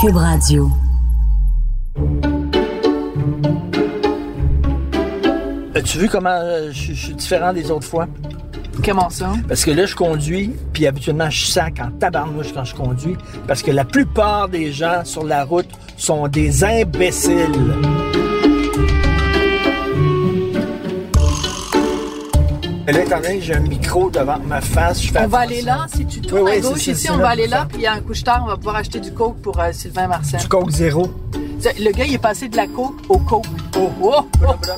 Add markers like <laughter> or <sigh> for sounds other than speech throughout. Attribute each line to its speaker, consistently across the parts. Speaker 1: Cube Radio.
Speaker 2: As-tu vu comment euh, je je suis différent des autres fois?
Speaker 3: Comment ça?
Speaker 2: Parce que là, je conduis, puis habituellement, je sac en tabarnouche quand je conduis, parce que la plupart des gens sur la route sont des imbéciles. Et là, étant donné que j'ai un micro devant ma face, je fais
Speaker 3: On va
Speaker 2: attention.
Speaker 3: aller là, si tu tournes
Speaker 2: Oui, oui,
Speaker 3: à gauche
Speaker 2: c'est-
Speaker 3: ici,
Speaker 2: c'est
Speaker 3: on
Speaker 2: là,
Speaker 3: va aller là,
Speaker 2: ça.
Speaker 3: puis il y a un couche-tard, on va pouvoir acheter du coke pour euh, Sylvain Marcel.
Speaker 2: Du coke zéro.
Speaker 3: Le gars, il est passé de la coke au coke. Oh, oh, oh.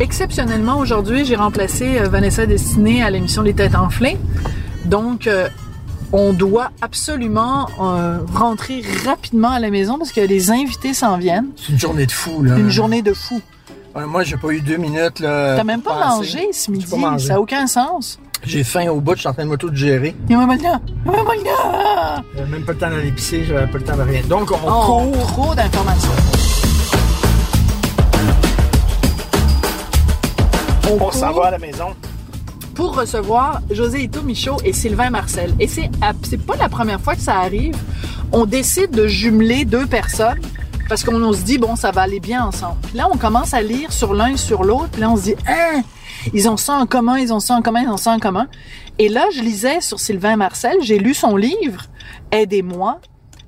Speaker 3: Exceptionnellement, aujourd'hui, j'ai remplacé euh, Vanessa Destinée à l'émission Les Têtes Enflées. Donc, euh, on doit absolument euh, rentrer rapidement à la maison parce que les invités s'en viennent.
Speaker 2: C'est une journée de fou, là.
Speaker 3: Une journée de fou.
Speaker 2: Ouais, Moi, j'ai pas eu deux minutes, là.
Speaker 3: T'as même pas
Speaker 2: pour penser.
Speaker 3: mangé ce midi,
Speaker 2: pas mangé.
Speaker 3: ça n'a aucun sens.
Speaker 2: J'ai faim au bout, je suis en train de m'auto-gérer.
Speaker 3: Il y a un moment là, il y a un moment là.
Speaker 2: J'avais même pas le temps d'aller pisser, j'avais pas le temps de rien. Donc, on
Speaker 3: Oh,
Speaker 2: court.
Speaker 3: trop d'informations.
Speaker 2: On s'en
Speaker 3: court.
Speaker 2: va à la maison.
Speaker 3: pour recevoir José Ito Michaud et Sylvain Marcel. Et c'est ab- c'est pas la première fois que ça arrive. On décide de jumeler deux personnes parce qu'on on se dit bon ça va aller bien ensemble. Puis là on commence à lire sur l'un et sur l'autre, puis là on se dit hein, ils ont ça en commun, ils ont ça en commun, ils ont ça en commun. Et là je lisais sur Sylvain Marcel, j'ai lu son livre Aidez-moi.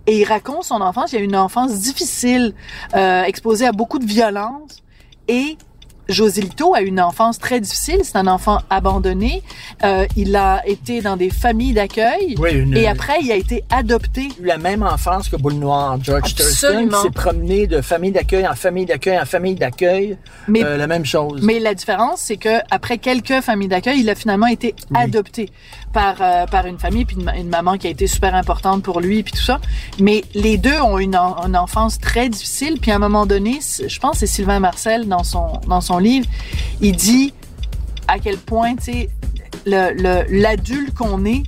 Speaker 3: Et il raconte son enfance. Il y a eu une enfance difficile, euh, exposée à beaucoup de violence. Et Josilito a une enfance très difficile. C'est un enfant abandonné. Euh, il a été dans des familles d'accueil.
Speaker 2: Oui, une-
Speaker 3: Et après, il a été adopté.
Speaker 2: eu la même enfance que Boule Noire. George Thurston
Speaker 3: Absolument.
Speaker 2: qui s'est promené de famille d'accueil en famille d'accueil en famille d'accueil.
Speaker 3: Mais-
Speaker 2: Euh, la même chose.
Speaker 3: Mais la différence, c'est que après quelques familles d'accueil, il a finalement été adopté par euh, par une famille puis une, ma- une maman qui a été super importante pour lui puis tout ça. Mais les deux ont une, en- une enfance très difficile. Puis à un moment donné, c- je pense que c'est Sylvain Marcel dans son dans son livre, il dit à quel point tu sais le- le- l'adulte qu'on est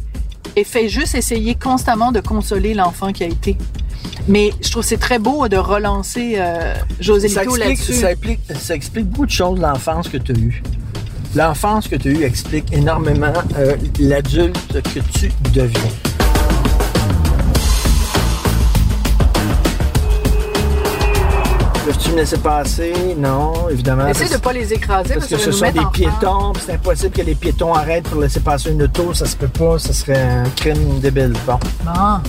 Speaker 3: et fait juste essayer constamment de consoler l'enfant qui a été. Mais je trouve que c'est très beau de relancer euh, José
Speaker 2: ça,
Speaker 3: Lito
Speaker 2: explique,
Speaker 3: là-dessus.
Speaker 2: ça, explique, ça explique beaucoup de choses, l'enfance que tu as eue. L'enfance que tu as eue explique énormément euh, l'adulte que tu deviens. Peux-tu me laisser passer? Non, évidemment.
Speaker 3: Essaye de
Speaker 2: parce-
Speaker 3: ne pas les écraser
Speaker 2: Parce
Speaker 3: parce,
Speaker 2: que
Speaker 3: ça
Speaker 2: ce
Speaker 3: va nous
Speaker 2: sont
Speaker 3: mettre
Speaker 2: des
Speaker 3: en retard.
Speaker 2: piétons, puis c'est impossible que les piétons arrêtent pour laisser passer une auto, ça se peut pas, ça serait un crime débile. Bon.
Speaker 3: Ah,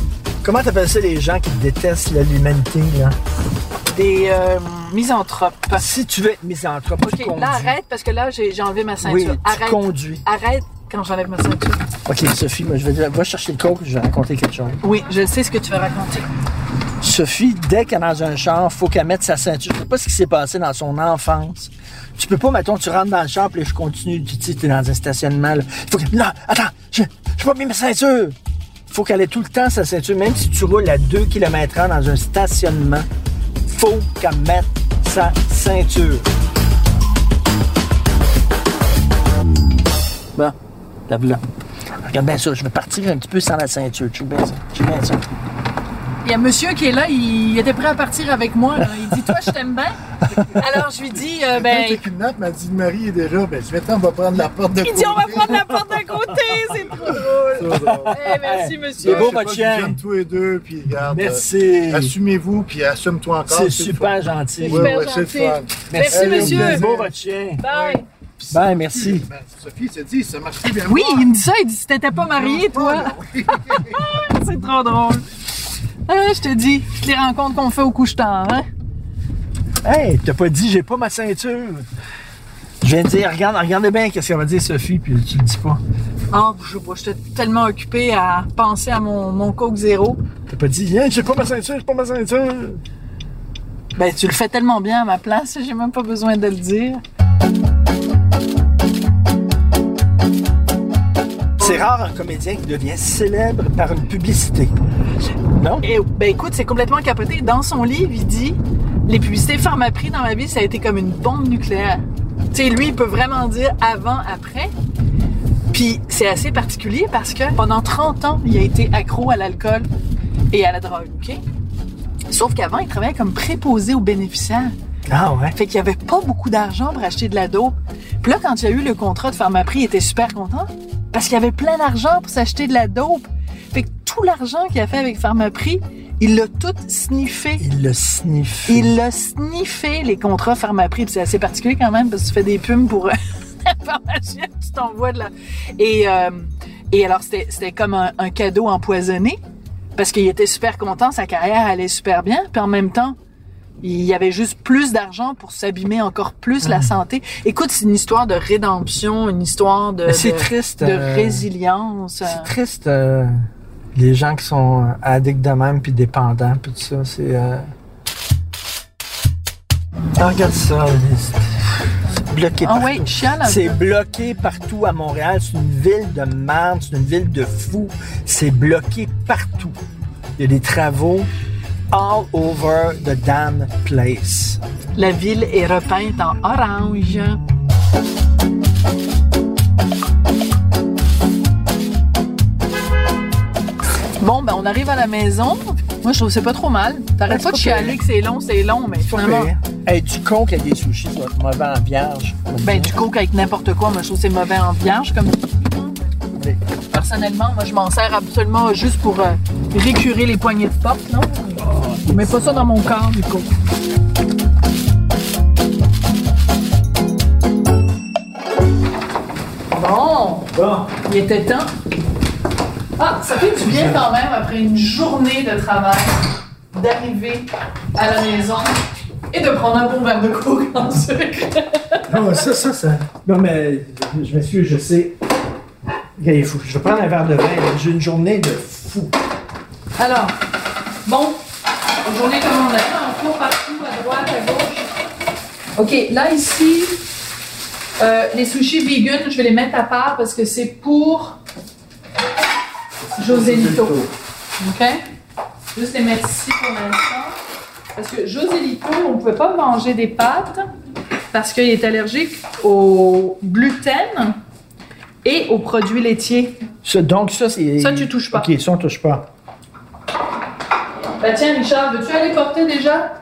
Speaker 2: Comment t'appelles ça les gens qui détestent là, l'humanité, là? Ah,
Speaker 3: des euh, misanthropes.
Speaker 2: Si tu veux être misanthrope, tu
Speaker 3: OK,
Speaker 2: conduis.
Speaker 3: là, arrête parce que là, j'ai j'ai enlevé ma
Speaker 2: oui,
Speaker 3: ceinture.
Speaker 2: tu
Speaker 3: arrête.
Speaker 2: conduis.
Speaker 3: Arrête quand j'enlève ma ceinture.
Speaker 2: Ok, Sophie, moi, je vais dire, va chercher le coke, je vais raconter quelque chose.
Speaker 3: Oui, je sais ce que tu vas raconter.
Speaker 2: Sophie, dès qu'elle est dans un char, faut qu'elle mette sa ceinture. Je sais pas ce qui s'est passé dans son enfance. Tu peux pas, mettons, tu rentres dans le char, puis là, je continue, tu sais, t'es dans un stationnement, là. Faut que, non, attends, je, j'ai pas mis ma ceinture. Faut qu'elle ait tout le temps sa ceinture, même si tu roules à 2 km h dans un stationnement. Faut qu'elle mette sa ceinture. Bon, la voilà. Regarde bien ça, je vais partir un petit peu sans la ceinture. Tu vois bien ça, tu vois bien ça.
Speaker 3: Il y a un monsieur qui est là, il, il était prêt à partir avec moi. là. Il dit Toi, je t'aime bien. <laughs> Alors, je lui dis euh,
Speaker 4: Ben...
Speaker 3: ben,
Speaker 4: kidnappe, m'a dit Marie est déjà. Ben, je vais on va prendre la porte de
Speaker 3: Il dit On va prendre la porte d'à côté, c'est trop drôle. Eh, merci,
Speaker 2: <laughs> C'est
Speaker 3: monsieur.
Speaker 2: beau, votre
Speaker 4: votre
Speaker 2: chien.
Speaker 4: tous les deux, puis regarde.
Speaker 2: Merci.
Speaker 4: euh, Assumez-vous, puis assume-toi encore.
Speaker 2: C'est
Speaker 4: le
Speaker 2: super
Speaker 4: fun.
Speaker 2: gentil.
Speaker 4: Ouais,
Speaker 3: Super
Speaker 4: ouais, c'est le
Speaker 3: gentil.
Speaker 4: fun.
Speaker 3: Merci,
Speaker 4: Allez,
Speaker 3: monsieur.
Speaker 4: au plaisir.
Speaker 2: Beau votre chien.
Speaker 3: Bye.
Speaker 2: Ben, merci.
Speaker 4: Ben, Sophie s'est dit, ça marche bien. Ah,
Speaker 3: Oui, il me dit ça, il dit T'étais pas marié, toi <laughs> C'est trop drôle. Ah, je te dis, toutes les rencontres qu'on fait au couche-tard, hein?
Speaker 2: Hey, t'as pas dit, j'ai pas ma ceinture. Je viens de dire, regarde, regardez bien qu'est-ce qu'elle va dire, Sophie, puis tu le dis pas.
Speaker 3: Ah, je sais pas, j'étais tellement occupée à penser à mon, mon Coke Zéro.
Speaker 2: T'as pas dit, Hein, j'ai pas ma ceinture, j'ai pas ma ceinture.
Speaker 3: Ben, tu le fais tellement bien à ma place, j'ai même pas besoin de le dire.
Speaker 2: C'est C'est rare un comédien qui devient célèbre par une publicité. Non?
Speaker 3: Et, ben écoute, c'est complètement capoté. Dans son livre, il dit Les publicités Pharmaprix dans ma vie, ça a été comme une bombe nucléaire. Tu sais, lui, il peut vraiment dire avant, après. Puis c'est assez particulier parce que pendant 30 ans, il a été accro à l'alcool et à la drogue, OK? Sauf qu'avant, il travaillait comme préposé aux bénéficiaires.
Speaker 2: Ah ouais?
Speaker 3: Fait qu'il n'y avait pas beaucoup d'argent pour acheter de la dope. Puis là, quand il y a eu le contrat de Pharmaprix, il était super content parce qu'il y avait plein d'argent pour s'acheter de la dope. Fait que tout l'argent qu'il a fait avec Pharmaprix, il l'a tout sniffé.
Speaker 2: Il le sniffe.
Speaker 3: Il l'a sniffé, les contrats Pharmaprix. Puis C'est assez particulier quand même parce que tu fais des pumes pour euh, <laughs> la pharmacie, tu t'envoies de la... Et, euh, et alors, c'était c'était comme un, un cadeau empoisonné parce qu'il était super content, sa carrière allait super bien. Puis en même temps, il y avait juste plus d'argent pour s'abîmer encore plus
Speaker 2: Ah.
Speaker 3: la santé. Écoute, c'est une histoire de rédemption, une histoire de,
Speaker 2: Mais c'est
Speaker 3: de-
Speaker 2: triste,
Speaker 3: de
Speaker 2: euh,
Speaker 3: résilience.
Speaker 2: C'est triste, euh, les gens qui sont euh, addicts de même, puis dépendants, puis tout ça. C'est. euh, Ah, regarde ça. les- c'est Bloqué
Speaker 3: Ah
Speaker 2: partout.
Speaker 3: ouais, chiale un
Speaker 2: c'est
Speaker 3: peu.
Speaker 2: bloqué partout à Montréal. C'est une ville de merde, c'est une ville de fous. C'est bloqué partout. Il y a des travaux all over the damn place.
Speaker 3: La ville est repeinte en orange. Bon, ben on arrive à la maison. Moi, je trouve que c'est pas trop mal. T'arrêtes
Speaker 2: Ouais,
Speaker 3: pas de
Speaker 2: c'est pas
Speaker 3: chialer que c'est long, c'est long, mais
Speaker 2: Pas
Speaker 3: finalement...
Speaker 2: pire. Hey, du con qu'il y a des sushis, ça va être mauvais en vierge.
Speaker 3: Ben, du coke avec n'importe quoi, moi, je trouve que c'est mauvais en vierge. Comme...
Speaker 2: Oui.
Speaker 3: Personnellement, moi, je m'en sers absolument juste pour euh, récurer les poignées de porte, non? Je mets pas ça dans mon corps, du coup. Bon,
Speaker 2: Bon.
Speaker 3: il était temps. Ah, ça fait du bien quand même, après une journée de travail, d'arriver à la maison et de prendre un bon verre de coke en sucre.
Speaker 2: Non, Ah, ça, ça, ça. Non, mais je m'excuse, je sais. Regarde, il faut- Je vais prendre un verre de vin. là. J'ai une journée de fou.
Speaker 3: Alors, bon, une journée comme on a, on court partout, à droite, à gauche. OK, là, ici, euh, les sushis vegan, je vais les mettre à part parce que c'est pour Joselito. OK? Juste les mettre ici pour l'instant. Parce que Joselito, on ne pouvait pas manger des pâtes parce qu'il est allergique au gluten et aux produits laitiers.
Speaker 2: Ça, donc, ça, c'est.
Speaker 3: Ça, tu touches pas.
Speaker 2: OK, ça, on touche pas.
Speaker 3: Bah tiens, Richard, veux-tu aller porter déjà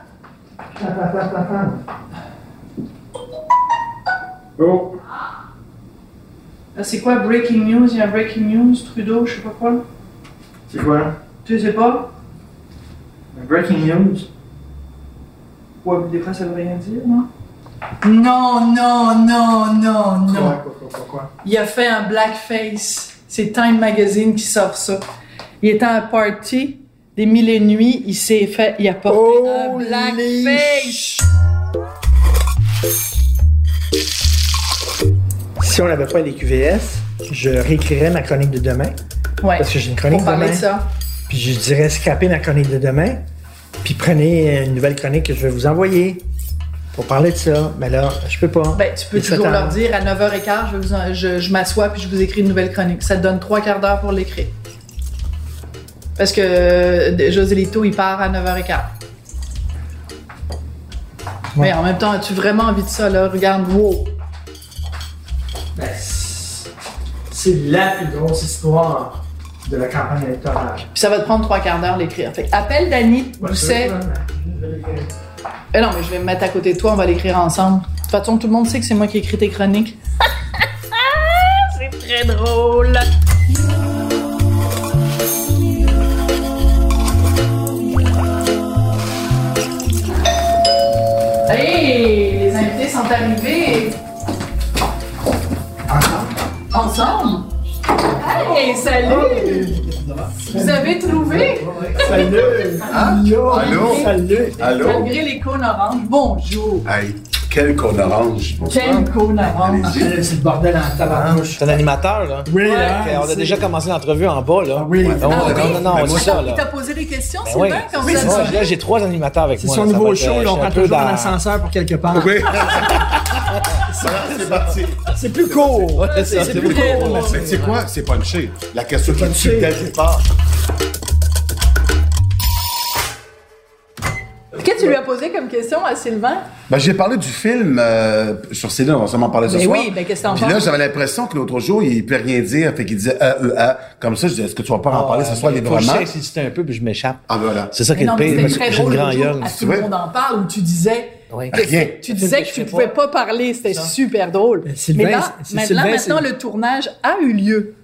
Speaker 2: Oh.
Speaker 3: Ah, C'est quoi Breaking News Il y a un Breaking News, Trudeau, je sais pas quoi.
Speaker 2: C'est quoi?
Speaker 3: Tu sais pas
Speaker 2: Breaking news.
Speaker 3: Ouais, mais des fois ça veut rien dire, non Non, non, non, non, non.
Speaker 2: quoi, quoi, quoi, quoi?
Speaker 3: Il a fait un blackface. C'est Time Magazine qui sort ça. Il était à un party des mille et nuits, il s'est fait, il a porté un
Speaker 2: Holy
Speaker 3: blackface.
Speaker 2: Si on n'avait pas E les QVS, je réécrirais ma chronique de demain.
Speaker 3: Ouais.
Speaker 2: Parce que j'ai une chronique
Speaker 3: Pour parler
Speaker 2: demain.
Speaker 3: de ça.
Speaker 2: Puis je dirais scraper ma chronique de demain. Puis prenez une nouvelle chronique que je vais vous envoyer pour parler de ça. Mais là, je peux pas.
Speaker 3: Ben, tu peux
Speaker 2: Et ça
Speaker 3: toujours leur
Speaker 2: tarde.
Speaker 3: dire à 9h15, je, vais vous en- je, je m'assois puis je vous écris une nouvelle chronique. Ça te donne trois quarts d'heure pour l'écrire. Parce que euh, José Lito, il part à 9h15.
Speaker 2: Ouais.
Speaker 3: Mais en même temps, as-tu vraiment envie de ça, là? Regarde, wow!
Speaker 2: Ben, c'est c'est la plus grosse histoire de la campagne électorale.
Speaker 3: Puis ça va te prendre trois quarts d'heure l'écrire. Fait que appelle Dani
Speaker 5: Bah,
Speaker 3: Doucet. Eh non, mais je vais me mettre à côté de toi, on va l'écrire ensemble. De toute façon, tout le monde sait que c'est moi qui écris tes chroniques. <laughs> c'est très drôle. Hey, les invités sont arrivés. Ensemble? Hey, salut! Vous avez trouvé?
Speaker 2: Salut! Allô!
Speaker 6: Allô?
Speaker 2: Salut!
Speaker 6: Allô?
Speaker 3: Malgré les cônes oranges, bonjour.
Speaker 6: Hey, quel qu'on orange.
Speaker 3: Quel cône orange.
Speaker 6: Allez-y.
Speaker 2: C'est le bordel en tabarnouche.
Speaker 5: C'est un animateur, là.
Speaker 2: Oui,
Speaker 5: Fait
Speaker 2: hein,
Speaker 5: qu'on
Speaker 2: c'est-
Speaker 5: a déjà commencé l'entrevue en bas, là.
Speaker 2: oui. Ben
Speaker 5: Ouais,
Speaker 3: Ah oui.
Speaker 5: non, non, non,
Speaker 6: Mais
Speaker 5: c'est
Speaker 6: moi,
Speaker 5: ça,
Speaker 3: Il
Speaker 5: là.
Speaker 3: t'a posé des questions,
Speaker 5: Ben
Speaker 3: Sylvain,
Speaker 5: oui.
Speaker 3: quand
Speaker 5: Ouais,
Speaker 3: ça
Speaker 5: là, j'ai trois animateurs avec
Speaker 2: C'est
Speaker 5: moi.
Speaker 2: son
Speaker 5: là, ça
Speaker 2: nouveau
Speaker 5: va être,
Speaker 2: show,
Speaker 5: euh,
Speaker 2: là, on
Speaker 5: je suis un
Speaker 2: prend
Speaker 4: <laughs>
Speaker 5: peu
Speaker 2: toujours
Speaker 5: dans-
Speaker 2: un ascenseur pour quelque part.
Speaker 6: Oui.
Speaker 7: Voilà, c'est parti.
Speaker 4: C'est plus court.
Speaker 2: Ouais, ça, c'est
Speaker 3: plus
Speaker 2: beaucoup.
Speaker 3: court.
Speaker 7: Mais c'est quoi? C'est punché. La question qui me
Speaker 4: punché.
Speaker 7: tue dès le départ.
Speaker 3: Qu'est-ce que tu lui as posé comme question à Sylvain?
Speaker 7: Ben, j'ai parlé du film euh, sur Céline, on va sûrement parler ce
Speaker 3: Ben
Speaker 7: soir.
Speaker 3: oui, ben, qu'est-ce que t'en
Speaker 7: Puis là,
Speaker 3: penses?
Speaker 7: j'avais l'impression que l'autre jour, il pouvait rien dire, fait qu'il disait ah, euh, ah. Comme ça, je disais, est-ce que tu vas pas en parler ce soir
Speaker 2: Ah, mais faut
Speaker 7: librement?
Speaker 2: que Je sais si c'était un peu, puis je m'échappe.
Speaker 7: Ah, ben voilà.
Speaker 2: C'est ça qui
Speaker 3: Mais
Speaker 2: est le
Speaker 3: non, mais
Speaker 2: pire,
Speaker 3: c'était
Speaker 2: parce
Speaker 3: très
Speaker 2: que j'ai
Speaker 3: drôle
Speaker 2: une
Speaker 3: le
Speaker 2: grande
Speaker 3: jour
Speaker 2: gueule.
Speaker 3: à tout le monde en parle où tu disais
Speaker 2: Oui.
Speaker 3: que-
Speaker 7: Rien.
Speaker 3: tu disais que tu pouvais pas parler, c'était super
Speaker 2: Ben,
Speaker 3: drôle.
Speaker 4: Sylvain,
Speaker 3: Mais là,
Speaker 4: c'est-
Speaker 3: maintenant,
Speaker 4: Sylvain,
Speaker 3: maintenant,
Speaker 4: c'est-
Speaker 3: le tournage a eu lieu.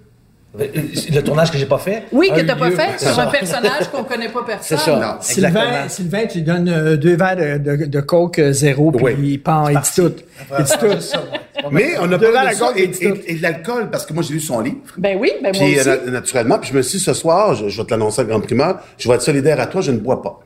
Speaker 2: Euh, Le tournage que j'ai pas fait.
Speaker 3: Oui,
Speaker 2: a
Speaker 3: que
Speaker 2: eu
Speaker 3: t'as pas
Speaker 2: lieu.
Speaker 3: fait
Speaker 2: C'est
Speaker 3: sur un
Speaker 2: ça.
Speaker 3: personnage qu'on connaît pas
Speaker 2: C'est
Speaker 3: personne.
Speaker 2: ça.
Speaker 7: Non.
Speaker 2: Exactement.
Speaker 4: Sylvain, Sylvain, tu lui donnes euh, deux verres de, de, de coke euh, zéro, puis
Speaker 2: Oui.
Speaker 4: il pend, il dit tout. Il dit tout.
Speaker 7: Mais on a
Speaker 4: Devant
Speaker 7: parlé
Speaker 4: la
Speaker 7: de ça
Speaker 4: gorge,
Speaker 7: et,
Speaker 4: il dit tout.
Speaker 7: et- et de l'alcool, parce que moi, j'ai lu son livre.
Speaker 3: Ben oui, ben moi
Speaker 7: Puis,
Speaker 3: aussi.
Speaker 7: euh, na- naturellement, puis je me suis dit, ce soir, je, je vais te l'annoncer à grande primeur, je vais être solidaire à toi, je ne bois pas.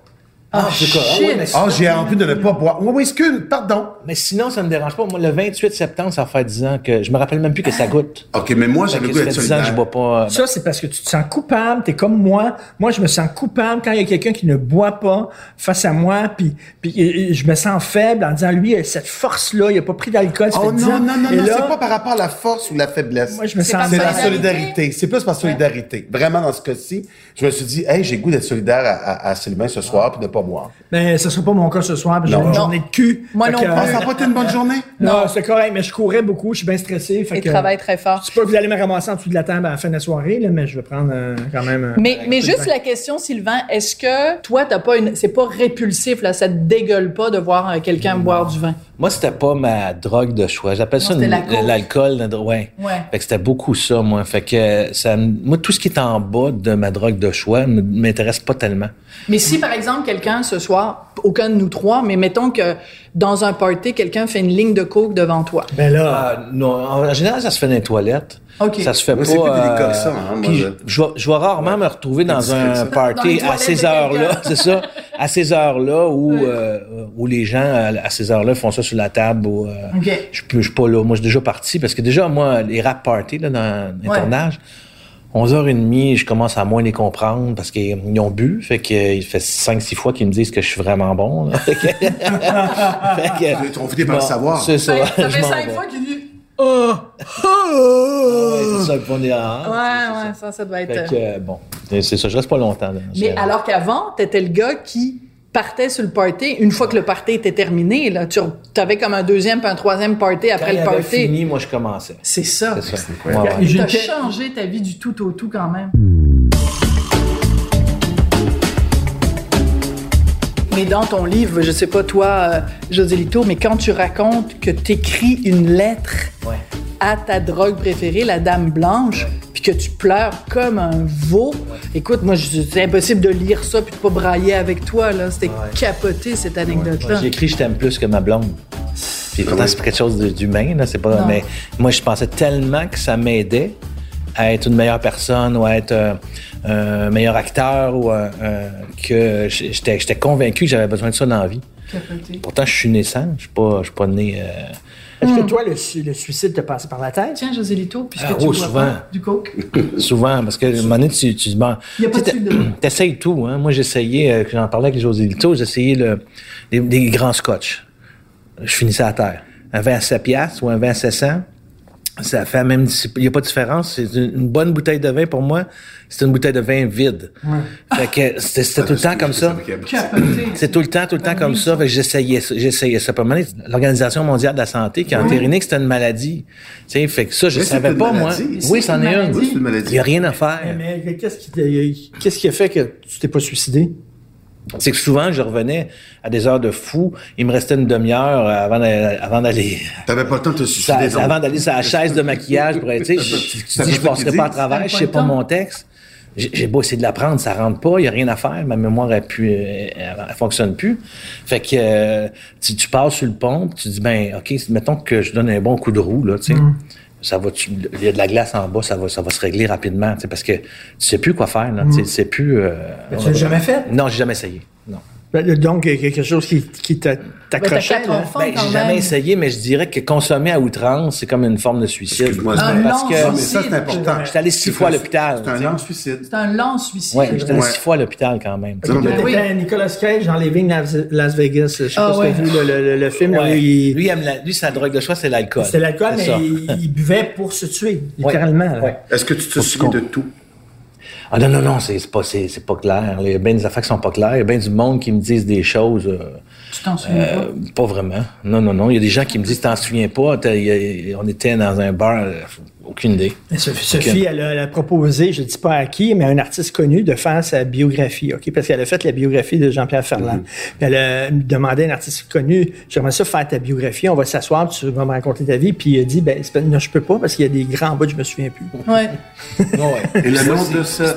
Speaker 3: Ah,
Speaker 2: ouais, mais
Speaker 3: shit!
Speaker 2: c'est-
Speaker 7: Ah, j'ai envie de ne pas boire. Oui, oui, excuse, pardon.
Speaker 2: Mais sinon, ça me dérange pas. Moi, le 28 septembre, ça va faire 10 ans que je me rappelle même plus que ça goûte.
Speaker 7: OK, mais moi, j'avais le
Speaker 2: Fait
Speaker 7: goût
Speaker 2: que Ah, ça
Speaker 7: d'être
Speaker 2: fait 10 ans que je
Speaker 7: solidaire.
Speaker 2: bois pas. euh,
Speaker 4: Ça, c'est parce que tu te sens coupable, t'es comme moi. Moi, je me sens coupable quand il y a quelqu'un qui ne boit pas face à moi, puis, puis et- et je me sens faible en disant, lui, il a cette force-là, il a pas pris d'alcool, ça
Speaker 7: Oh
Speaker 4: fait 10
Speaker 7: non,
Speaker 4: ans.
Speaker 7: non, non,
Speaker 4: Et
Speaker 7: non,
Speaker 4: là,
Speaker 7: c'est pas par rapport à la force ou la faiblesse.
Speaker 4: Moi, je me
Speaker 3: C'est
Speaker 4: sens
Speaker 3: pas
Speaker 7: C'est la
Speaker 3: Solidarité.
Speaker 7: solidarité. C'est plus par solidarité. Vraiment, dans ce cas-ci, je me suis dit, hey, j'ai goût d'être solidaire à, à- à Sylvain ce soir puis de pas boire.
Speaker 4: Mais ce sera pas mon cas ce soir, parce que j'ai
Speaker 7: Non.
Speaker 4: une
Speaker 7: Non.
Speaker 4: journée de cul.
Speaker 3: Moi
Speaker 4: Fait
Speaker 3: non
Speaker 4: que,
Speaker 3: plus.
Speaker 7: Ah, ça n'a pas été une bonne journée?
Speaker 4: Non, c'est correct, mais je courais beaucoup, je suis bien stressé. Fait
Speaker 3: Et
Speaker 4: que,
Speaker 3: travaille très fort.
Speaker 4: Je sais pas que vous allez me ramasser en dessous de la table à la fin de la soirée, là, mais je vais prendre euh, quand même. euh,
Speaker 3: Mais,
Speaker 4: un
Speaker 3: mais
Speaker 4: peu de
Speaker 3: juste
Speaker 4: vin.
Speaker 3: la question, Sylvain, est-ce que toi, t'as pas une, c'est pas répulsif, là, ça te dégueule pas de voir euh, quelqu'un boire du vin?
Speaker 2: Moi, c'était pas ma drogue de choix. J'appelle ça
Speaker 3: Non, c'était
Speaker 2: une-
Speaker 3: la coke.
Speaker 2: l'alcool. la dro- Ouais.
Speaker 3: Ouais.
Speaker 2: Fait que c'était beaucoup ça, moi. Fait que ça, me- moi, tout ce qui est en bas de ma drogue de choix ne m'intéresse pas tellement.
Speaker 3: Mais si, par exemple, quelqu'un ce soir, aucun de nous trois, mais mettons que dans un party, quelqu'un fait une ligne de coke devant toi.
Speaker 4: Ben là,
Speaker 2: Ah, non, en général, ça se fait dans les toilettes.
Speaker 3: OK.
Speaker 2: Ça se fait
Speaker 7: Moi,
Speaker 2: pas.
Speaker 7: c'est plus des
Speaker 2: euh,
Speaker 7: décoction, hein, moi,
Speaker 2: puis
Speaker 7: je-
Speaker 2: je, je vais- je vais rarement me retrouver dans
Speaker 7: discret, ça.
Speaker 2: un
Speaker 3: Dans les
Speaker 2: party à
Speaker 3: toilettes de
Speaker 2: ces
Speaker 3: quelqu'un.
Speaker 2: heures-là, c'est ça, à ces heures-là où, euh, où les gens à, à ces heures-là font ça sur la table. Où, euh,
Speaker 3: OK.
Speaker 2: Je peux- je suis pas là. Moi, je suis déjà parti parce que déjà, moi, les rap parties là, dans les
Speaker 3: Ouais.
Speaker 2: tournages, 11h30, je commence à moins les comprendre parce qu'ils ils ont bu. Fait qu'il fait 5-6 fois qu'ils me disent que je suis vraiment bon. là. <laughs> Fait que-
Speaker 7: <laughs>
Speaker 2: Fait que-
Speaker 7: On finit par
Speaker 2: Bon,
Speaker 7: le savoir.
Speaker 2: C'est ça.
Speaker 3: Ben, ça
Speaker 2: je
Speaker 3: fait
Speaker 2: m'en
Speaker 3: cinq
Speaker 2: vais.
Speaker 3: fois qu'il dit.
Speaker 2: Ouais,
Speaker 7: Ah!
Speaker 2: c'est ça le premier rang.
Speaker 3: Ouais, ouais, ça, ça doit être.
Speaker 2: Fait que, euh, bon, c'est ça, je reste pas longtemps. là.
Speaker 3: Mais
Speaker 2: C'est-
Speaker 3: alors qu'avant, t'étais le gars qui partait sur le party. Une fois que le party était terminé, là, tu avais comme un deuxième puis un troisième party
Speaker 2: Quand
Speaker 3: après
Speaker 2: il
Speaker 3: le
Speaker 2: avait
Speaker 3: party.
Speaker 2: fini, moi, je commençais.
Speaker 3: C'est ça.
Speaker 2: C'est ça.
Speaker 7: incroyable.
Speaker 2: Ouais, ouais.
Speaker 3: T'as
Speaker 4: j'étais-
Speaker 3: changé ta vie du tout au tout quand même. Mais dans ton livre, je sais pas toi, euh, José Lito, mais quand tu racontes que t'écris une lettre
Speaker 2: Ouais.
Speaker 3: à ta drogue préférée, la Dame Blanche, puis que tu pleures comme un veau. Écoute, moi, je- c'est impossible de lire ça puis de pas brailler avec toi. là. C'était capoté, cette anecdote-là.
Speaker 2: J'ai écrit Je t'aime plus que ma blonde. Puis pourtant, c'est quelque chose de- d'humain, là, c'est pas.
Speaker 3: Non.
Speaker 2: Mais moi, je pensais tellement que ça m'aidait à être une meilleure personne ou à être euh, un meilleur acteur ou un- un- que j- j'étais j'étais convaincu que j'avais besoin de ça dans la vie.
Speaker 3: Capoté.
Speaker 2: Pourtant, je suis né sans, je suis pas, je suis pas né. euh,
Speaker 4: est-ce
Speaker 3: hmm.
Speaker 4: que toi, le, su- le suicide te passe par la tête?
Speaker 3: Tiens, José Lito, puisque
Speaker 2: Ah,
Speaker 3: tu
Speaker 2: oh,
Speaker 3: bois
Speaker 2: souvent.
Speaker 3: pas du coke.
Speaker 2: <coughs> Souvent, parce que à un moment donné, tu, tu dis, bon,
Speaker 3: Il y a pas de
Speaker 2: tu sais,
Speaker 3: suite
Speaker 2: t'a-
Speaker 3: de-
Speaker 2: <clears throat> t'essayes tout. Hein. Moi, j'essayais, euh, j'en parlais avec José Lito, j'essayais le, des, des grands scotch. Je finissais à terre. Un vin à 7 piastres ou un vin à 700, ça fait la même... discipline. Il n'y a pas de différence. C'est une, une bonne bouteille de vin, pour moi, c'est une bouteille de vin vide. Fait que c'était c'était tout le temps comme ça.
Speaker 3: Capoté.
Speaker 2: C'est tout le temps, tout le temps comme ça. Fait que j'essayais ça, j'essayais ça. Puis à un moment donné, L'Organisation mondiale de la santé qui a entériné que c'était une maladie. Tu sais, fait que ça, je
Speaker 7: Mais c'est
Speaker 2: savais
Speaker 7: une
Speaker 2: pas,
Speaker 7: maladie.
Speaker 2: moi. Oui, c'en est une.
Speaker 7: Oui, c'est une maladie.
Speaker 2: Il n'y a rien à faire.
Speaker 4: Mais euh, qu'est-ce qui, t'a- qu'est-ce qui a fait que tu t'es pas suicidé?
Speaker 2: C'est que souvent, je revenais à des heures de fou. Il me restait une demi-heure euh, avant d'aller, avant d'aller,
Speaker 7: T'avais pas le temps de te
Speaker 2: sa-
Speaker 7: suicider. donc.
Speaker 2: avant d'aller sur la chaise de maquillage pour être, tu sais, je- tu
Speaker 7: <laughs> Ça
Speaker 2: dis,
Speaker 7: veut
Speaker 2: je
Speaker 7: pas
Speaker 2: passerai
Speaker 7: qu'ils
Speaker 2: pas à
Speaker 7: disent.
Speaker 2: travers, je sais pas mon texte. J'ai j'ai beau essayer de l'apprendre, ça rentre pas, il y a rien à faire, ma mémoire elle, pu, elle, elle fonctionne plus. Fait que euh, tu, tu passes sur le pont, puis tu dis ben OK, mettons que je donne un bon coup de roue là, tu sais.
Speaker 4: Mm.
Speaker 2: Ça va tu- il y a de la glace en bas, ça va ça va se régler rapidement, tu sais, parce que tu sais plus quoi faire là, tu sais, tu sais plus euh,
Speaker 4: Mm. Mais tu l'as jamais fait?
Speaker 2: Non, j'ai jamais essayé. Non.
Speaker 4: Ben, donc, il y a quelque chose qui, qui t'a- t'accrochait.
Speaker 3: quatre
Speaker 4: là.
Speaker 3: enfants.
Speaker 2: Ben,
Speaker 3: quand
Speaker 2: j'ai jamais
Speaker 3: même.
Speaker 2: essayé, mais je dirais que consommer à outrance, c'est comme une forme de suicide.
Speaker 7: Excuse-moi,
Speaker 4: Ah
Speaker 3: Un
Speaker 7: mais-
Speaker 3: long
Speaker 7: parce que- mais
Speaker 3: suicide.
Speaker 7: ça, c'est important.
Speaker 2: J'étais allé six
Speaker 7: C'est
Speaker 2: fois à
Speaker 7: un-
Speaker 2: l'hôpital,
Speaker 7: C'est un
Speaker 2: tu sais.
Speaker 7: long suicide.
Speaker 3: C'est un lent suicide.
Speaker 2: Ouais, j'étais allé
Speaker 7: Ouais.
Speaker 2: six fois à l'hôpital quand même.
Speaker 7: Non, mais-
Speaker 4: T'étais
Speaker 3: Ah oui.
Speaker 4: à Nicolas Cage dans Living Las Las Vegas. Je sais
Speaker 3: Ah
Speaker 4: pas
Speaker 3: ouais.
Speaker 4: si t'as vu le, le- le- le film.
Speaker 2: Ouais.
Speaker 4: là, il-
Speaker 2: Lui, il aime la- lui, sa drogue de choix, c'est l'alcool.
Speaker 4: C'était l'alcool, mais
Speaker 2: ça.
Speaker 4: il, il buvait pour se tuer, littéralement. là.
Speaker 2: Ouais.
Speaker 7: Est-ce que tu te souviens de tout?
Speaker 2: Ah non, non, non, c'est c'est pas, c'est- c'est pas clair. Il y a bien des affaires qui sont pas claires. Il y a bien du monde qui me disent des choses. euh,
Speaker 3: Tu t'en souviens
Speaker 2: euh, pas vraiment. Non, non, non. Il y a des gens qui me disent T'en souviens pas T'as- il y a- On était dans un bar, euh, aucune idée.
Speaker 4: Mais Ben, Sophie, Sophie, elle, a, elle a proposé, je ne dis pas à qui, mais à un artiste connu de faire sa biographie, OK? Parce qu'elle a fait la biographie de Jean-Pierre Ferland. Puis elle a demandé à un artiste connu, j'aimerais ça faire ta biographie, on va s'asseoir, puis tu vas me raconter ta vie. Puis il a dit, ben, c'est pas- non, je peux pas parce qu'il y a des grands bouts, je me souviens plus.
Speaker 3: pas? Ouais.
Speaker 7: Et le nom de ça. <laughs>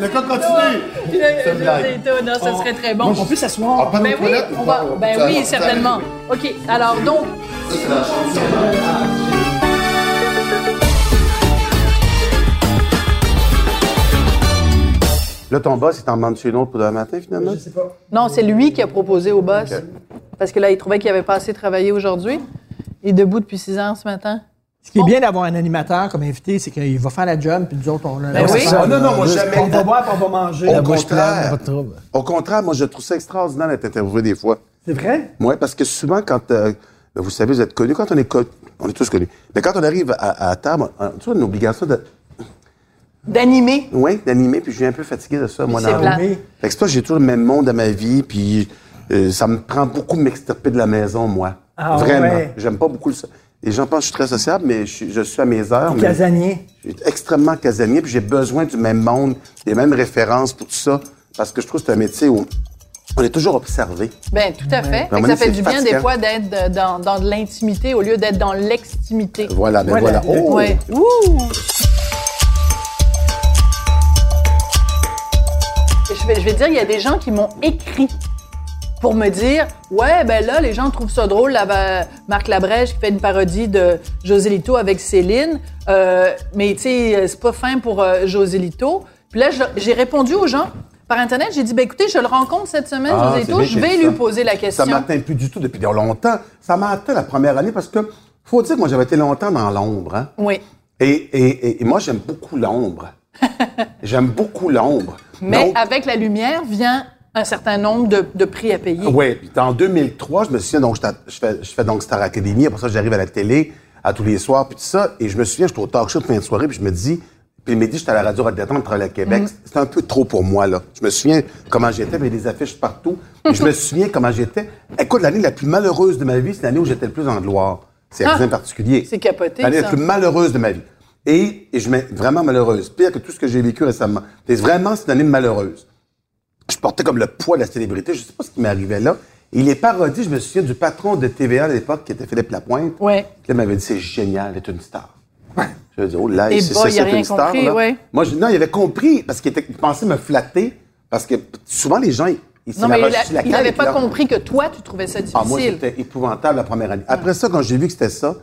Speaker 7: Le cas continue!
Speaker 3: Puis là,
Speaker 7: C'est une blague. Oh.
Speaker 3: José Ito, non, ça serait très bon.
Speaker 4: On peut
Speaker 7: Ah,
Speaker 4: s'asseoir.
Speaker 7: pas de
Speaker 3: Ben oui,
Speaker 7: toilette,
Speaker 3: on
Speaker 7: ou
Speaker 3: va,
Speaker 7: pas?
Speaker 3: ben
Speaker 7: Ça,
Speaker 3: oui,
Speaker 7: ça,
Speaker 3: certainement. OK, alors donc,
Speaker 7: ça, c'est la chambre, ça. Là, ton boss, il t'en demande chez l'autre pour demain matin, finalement?
Speaker 3: non, c'est lui qui a proposé au boss. Parce que là, il trouvait qu'il avait pas assez travaillé aujourd'hui. Il est debout depuis 6 heures ce matin.
Speaker 4: Ce qui est bien d'avoir un animateur comme invité, c'est qu'il va faire la job, puis nous autres, on
Speaker 3: Ben oui.
Speaker 7: Ah, non, non, moi, jamais.
Speaker 4: On va boire, puis on va manger.
Speaker 7: Au
Speaker 2: bouche pleine,
Speaker 7: contraire,
Speaker 2: pas de trouble.
Speaker 7: au contraire, moi, je trouve ça extraordinaire d'être interviewé des fois.
Speaker 4: C'est vrai?
Speaker 7: Oui, parce que souvent, quand. euh, ben, vous savez, vous êtes connus. Quand on est connus, on est tous connus. Mais quand on arrive à, à table, on- tu vois, une obligation de.
Speaker 3: D'animer.
Speaker 7: Oui, d'animer, puis je suis un peu fatigué de ça, moi,
Speaker 3: C'est
Speaker 7: dans
Speaker 3: plate.
Speaker 7: Fait que c'est pour ça que j'ai toujours le même monde à ma vie, puis euh, ça me prend beaucoup de m'extirper de la maison, moi.
Speaker 4: Ah,
Speaker 7: Vraiment.
Speaker 4: ouais.
Speaker 7: J'aime pas beaucoup le. so- Les gens pensent que je suis très sociable, mais je, suis- je suis à mes heures. mais-
Speaker 4: Casanier.
Speaker 7: je suis extrêmement casanier, puis j'ai besoin du même monde, des mêmes références pour tout ça, parce que je trouve que c'est un métier où on est toujours observé.
Speaker 3: Ben, tout à fait. Fait que
Speaker 7: moment
Speaker 3: ça
Speaker 7: donné,
Speaker 3: fait
Speaker 7: c'est
Speaker 3: du bien des
Speaker 7: fatigant.
Speaker 3: fois d'être de- dans, dans de l'intimité au lieu d'être dans l'extimité.
Speaker 7: Voilà, ben
Speaker 4: Voilà.
Speaker 7: voilà. Oh!
Speaker 3: Ouais. Ouh! Je vais, je vais dire, il y a des gens qui m'ont écrit pour me dire Ouais, ben là, les gens trouvent ça drôle, là, ben, Marc Labrèche qui fait une parodie de José Lito avec Céline, euh, mais tu sais, c'est pas fin pour euh, José Lito. Puis là, je- j'ai répondu aux gens par Internet, j'ai dit Ben écoutez, je le rencontre cette semaine,
Speaker 7: Ah,
Speaker 3: José
Speaker 7: c'est
Speaker 3: Lito,
Speaker 7: bien
Speaker 3: je
Speaker 7: qu'il
Speaker 3: vais
Speaker 7: y ait
Speaker 3: lui
Speaker 7: ça.
Speaker 3: poser la
Speaker 7: Ça
Speaker 3: question.
Speaker 7: m'atteint plus du tout depuis longtemps. Ça m'a atteint la première année parce que, faut dire que moi, j'avais été longtemps dans l'ombre. hein.
Speaker 3: Oui.
Speaker 7: Et, et- et- et moi, j'aime
Speaker 3: <laughs>
Speaker 7: beaucoup l'ombre. j'aime beaucoup l'ombre.
Speaker 3: Mais
Speaker 7: Donc,
Speaker 3: avec la lumière vient un certain nombre de, de prix à payer.
Speaker 7: Oui, puis en 2003, je me souviens, donc, j'étais à- je, fais, je fais donc Star Academy, après ça, j'arrive à la télé, à tous les soirs, puis tout ça, et je me souviens, j'étais au talk show de fin de soirée, puis je me dis, puis le midi, j'étais à la radio Rotterdam, je travaillais à
Speaker 3: Mm.
Speaker 7: Québec, c'était un peu trop pour moi, là. Je me souviens comment j'étais, il y avait des affiches partout,
Speaker 3: <laughs>
Speaker 7: et je me souviens comment j'étais. Écoute, l'année la plus malheureuse de ma vie, c'est l'année où j'étais le plus en gloire. C'est
Speaker 3: Ah!
Speaker 7: rien particulier.
Speaker 3: C'est capoté,
Speaker 7: L'année
Speaker 3: ça.
Speaker 7: la plus malheureuse de ma vie. Et, et je m'ai vraiment malheureuse, pire que tout ce que j'ai vécu récemment. C'est vraiment, c'est une année malheureuse je portais comme le poids de la célébrité. Je sais pas ce qui m'arrivait là. Et les parodies, je me souviens du patron de TVA à l'époque, qui était Philippe Lapointe.
Speaker 3: Ouais.
Speaker 7: Qui là, m'avait dit, c'est génial d'être une star. Je me dis, oh là,
Speaker 3: Et
Speaker 7: c'est
Speaker 3: boy,
Speaker 7: ça,
Speaker 3: il a
Speaker 7: c'est
Speaker 3: rien
Speaker 7: une star.
Speaker 3: compris,
Speaker 7: là.
Speaker 3: ouais.
Speaker 7: Moi, je- non, il avait compris, parce qu'il était- il pensait me flatter, parce que souvent, les gens, ils- ils
Speaker 3: Non, mais il
Speaker 7: s'arrachent la
Speaker 3: a- il n'avait
Speaker 7: caille,
Speaker 3: pas
Speaker 7: puis là-
Speaker 3: compris que toi, tu trouvais ça difficile.
Speaker 7: ah, moi, c'était épouvantable la première année. Après ça, quand j'ai vu que c'était ça,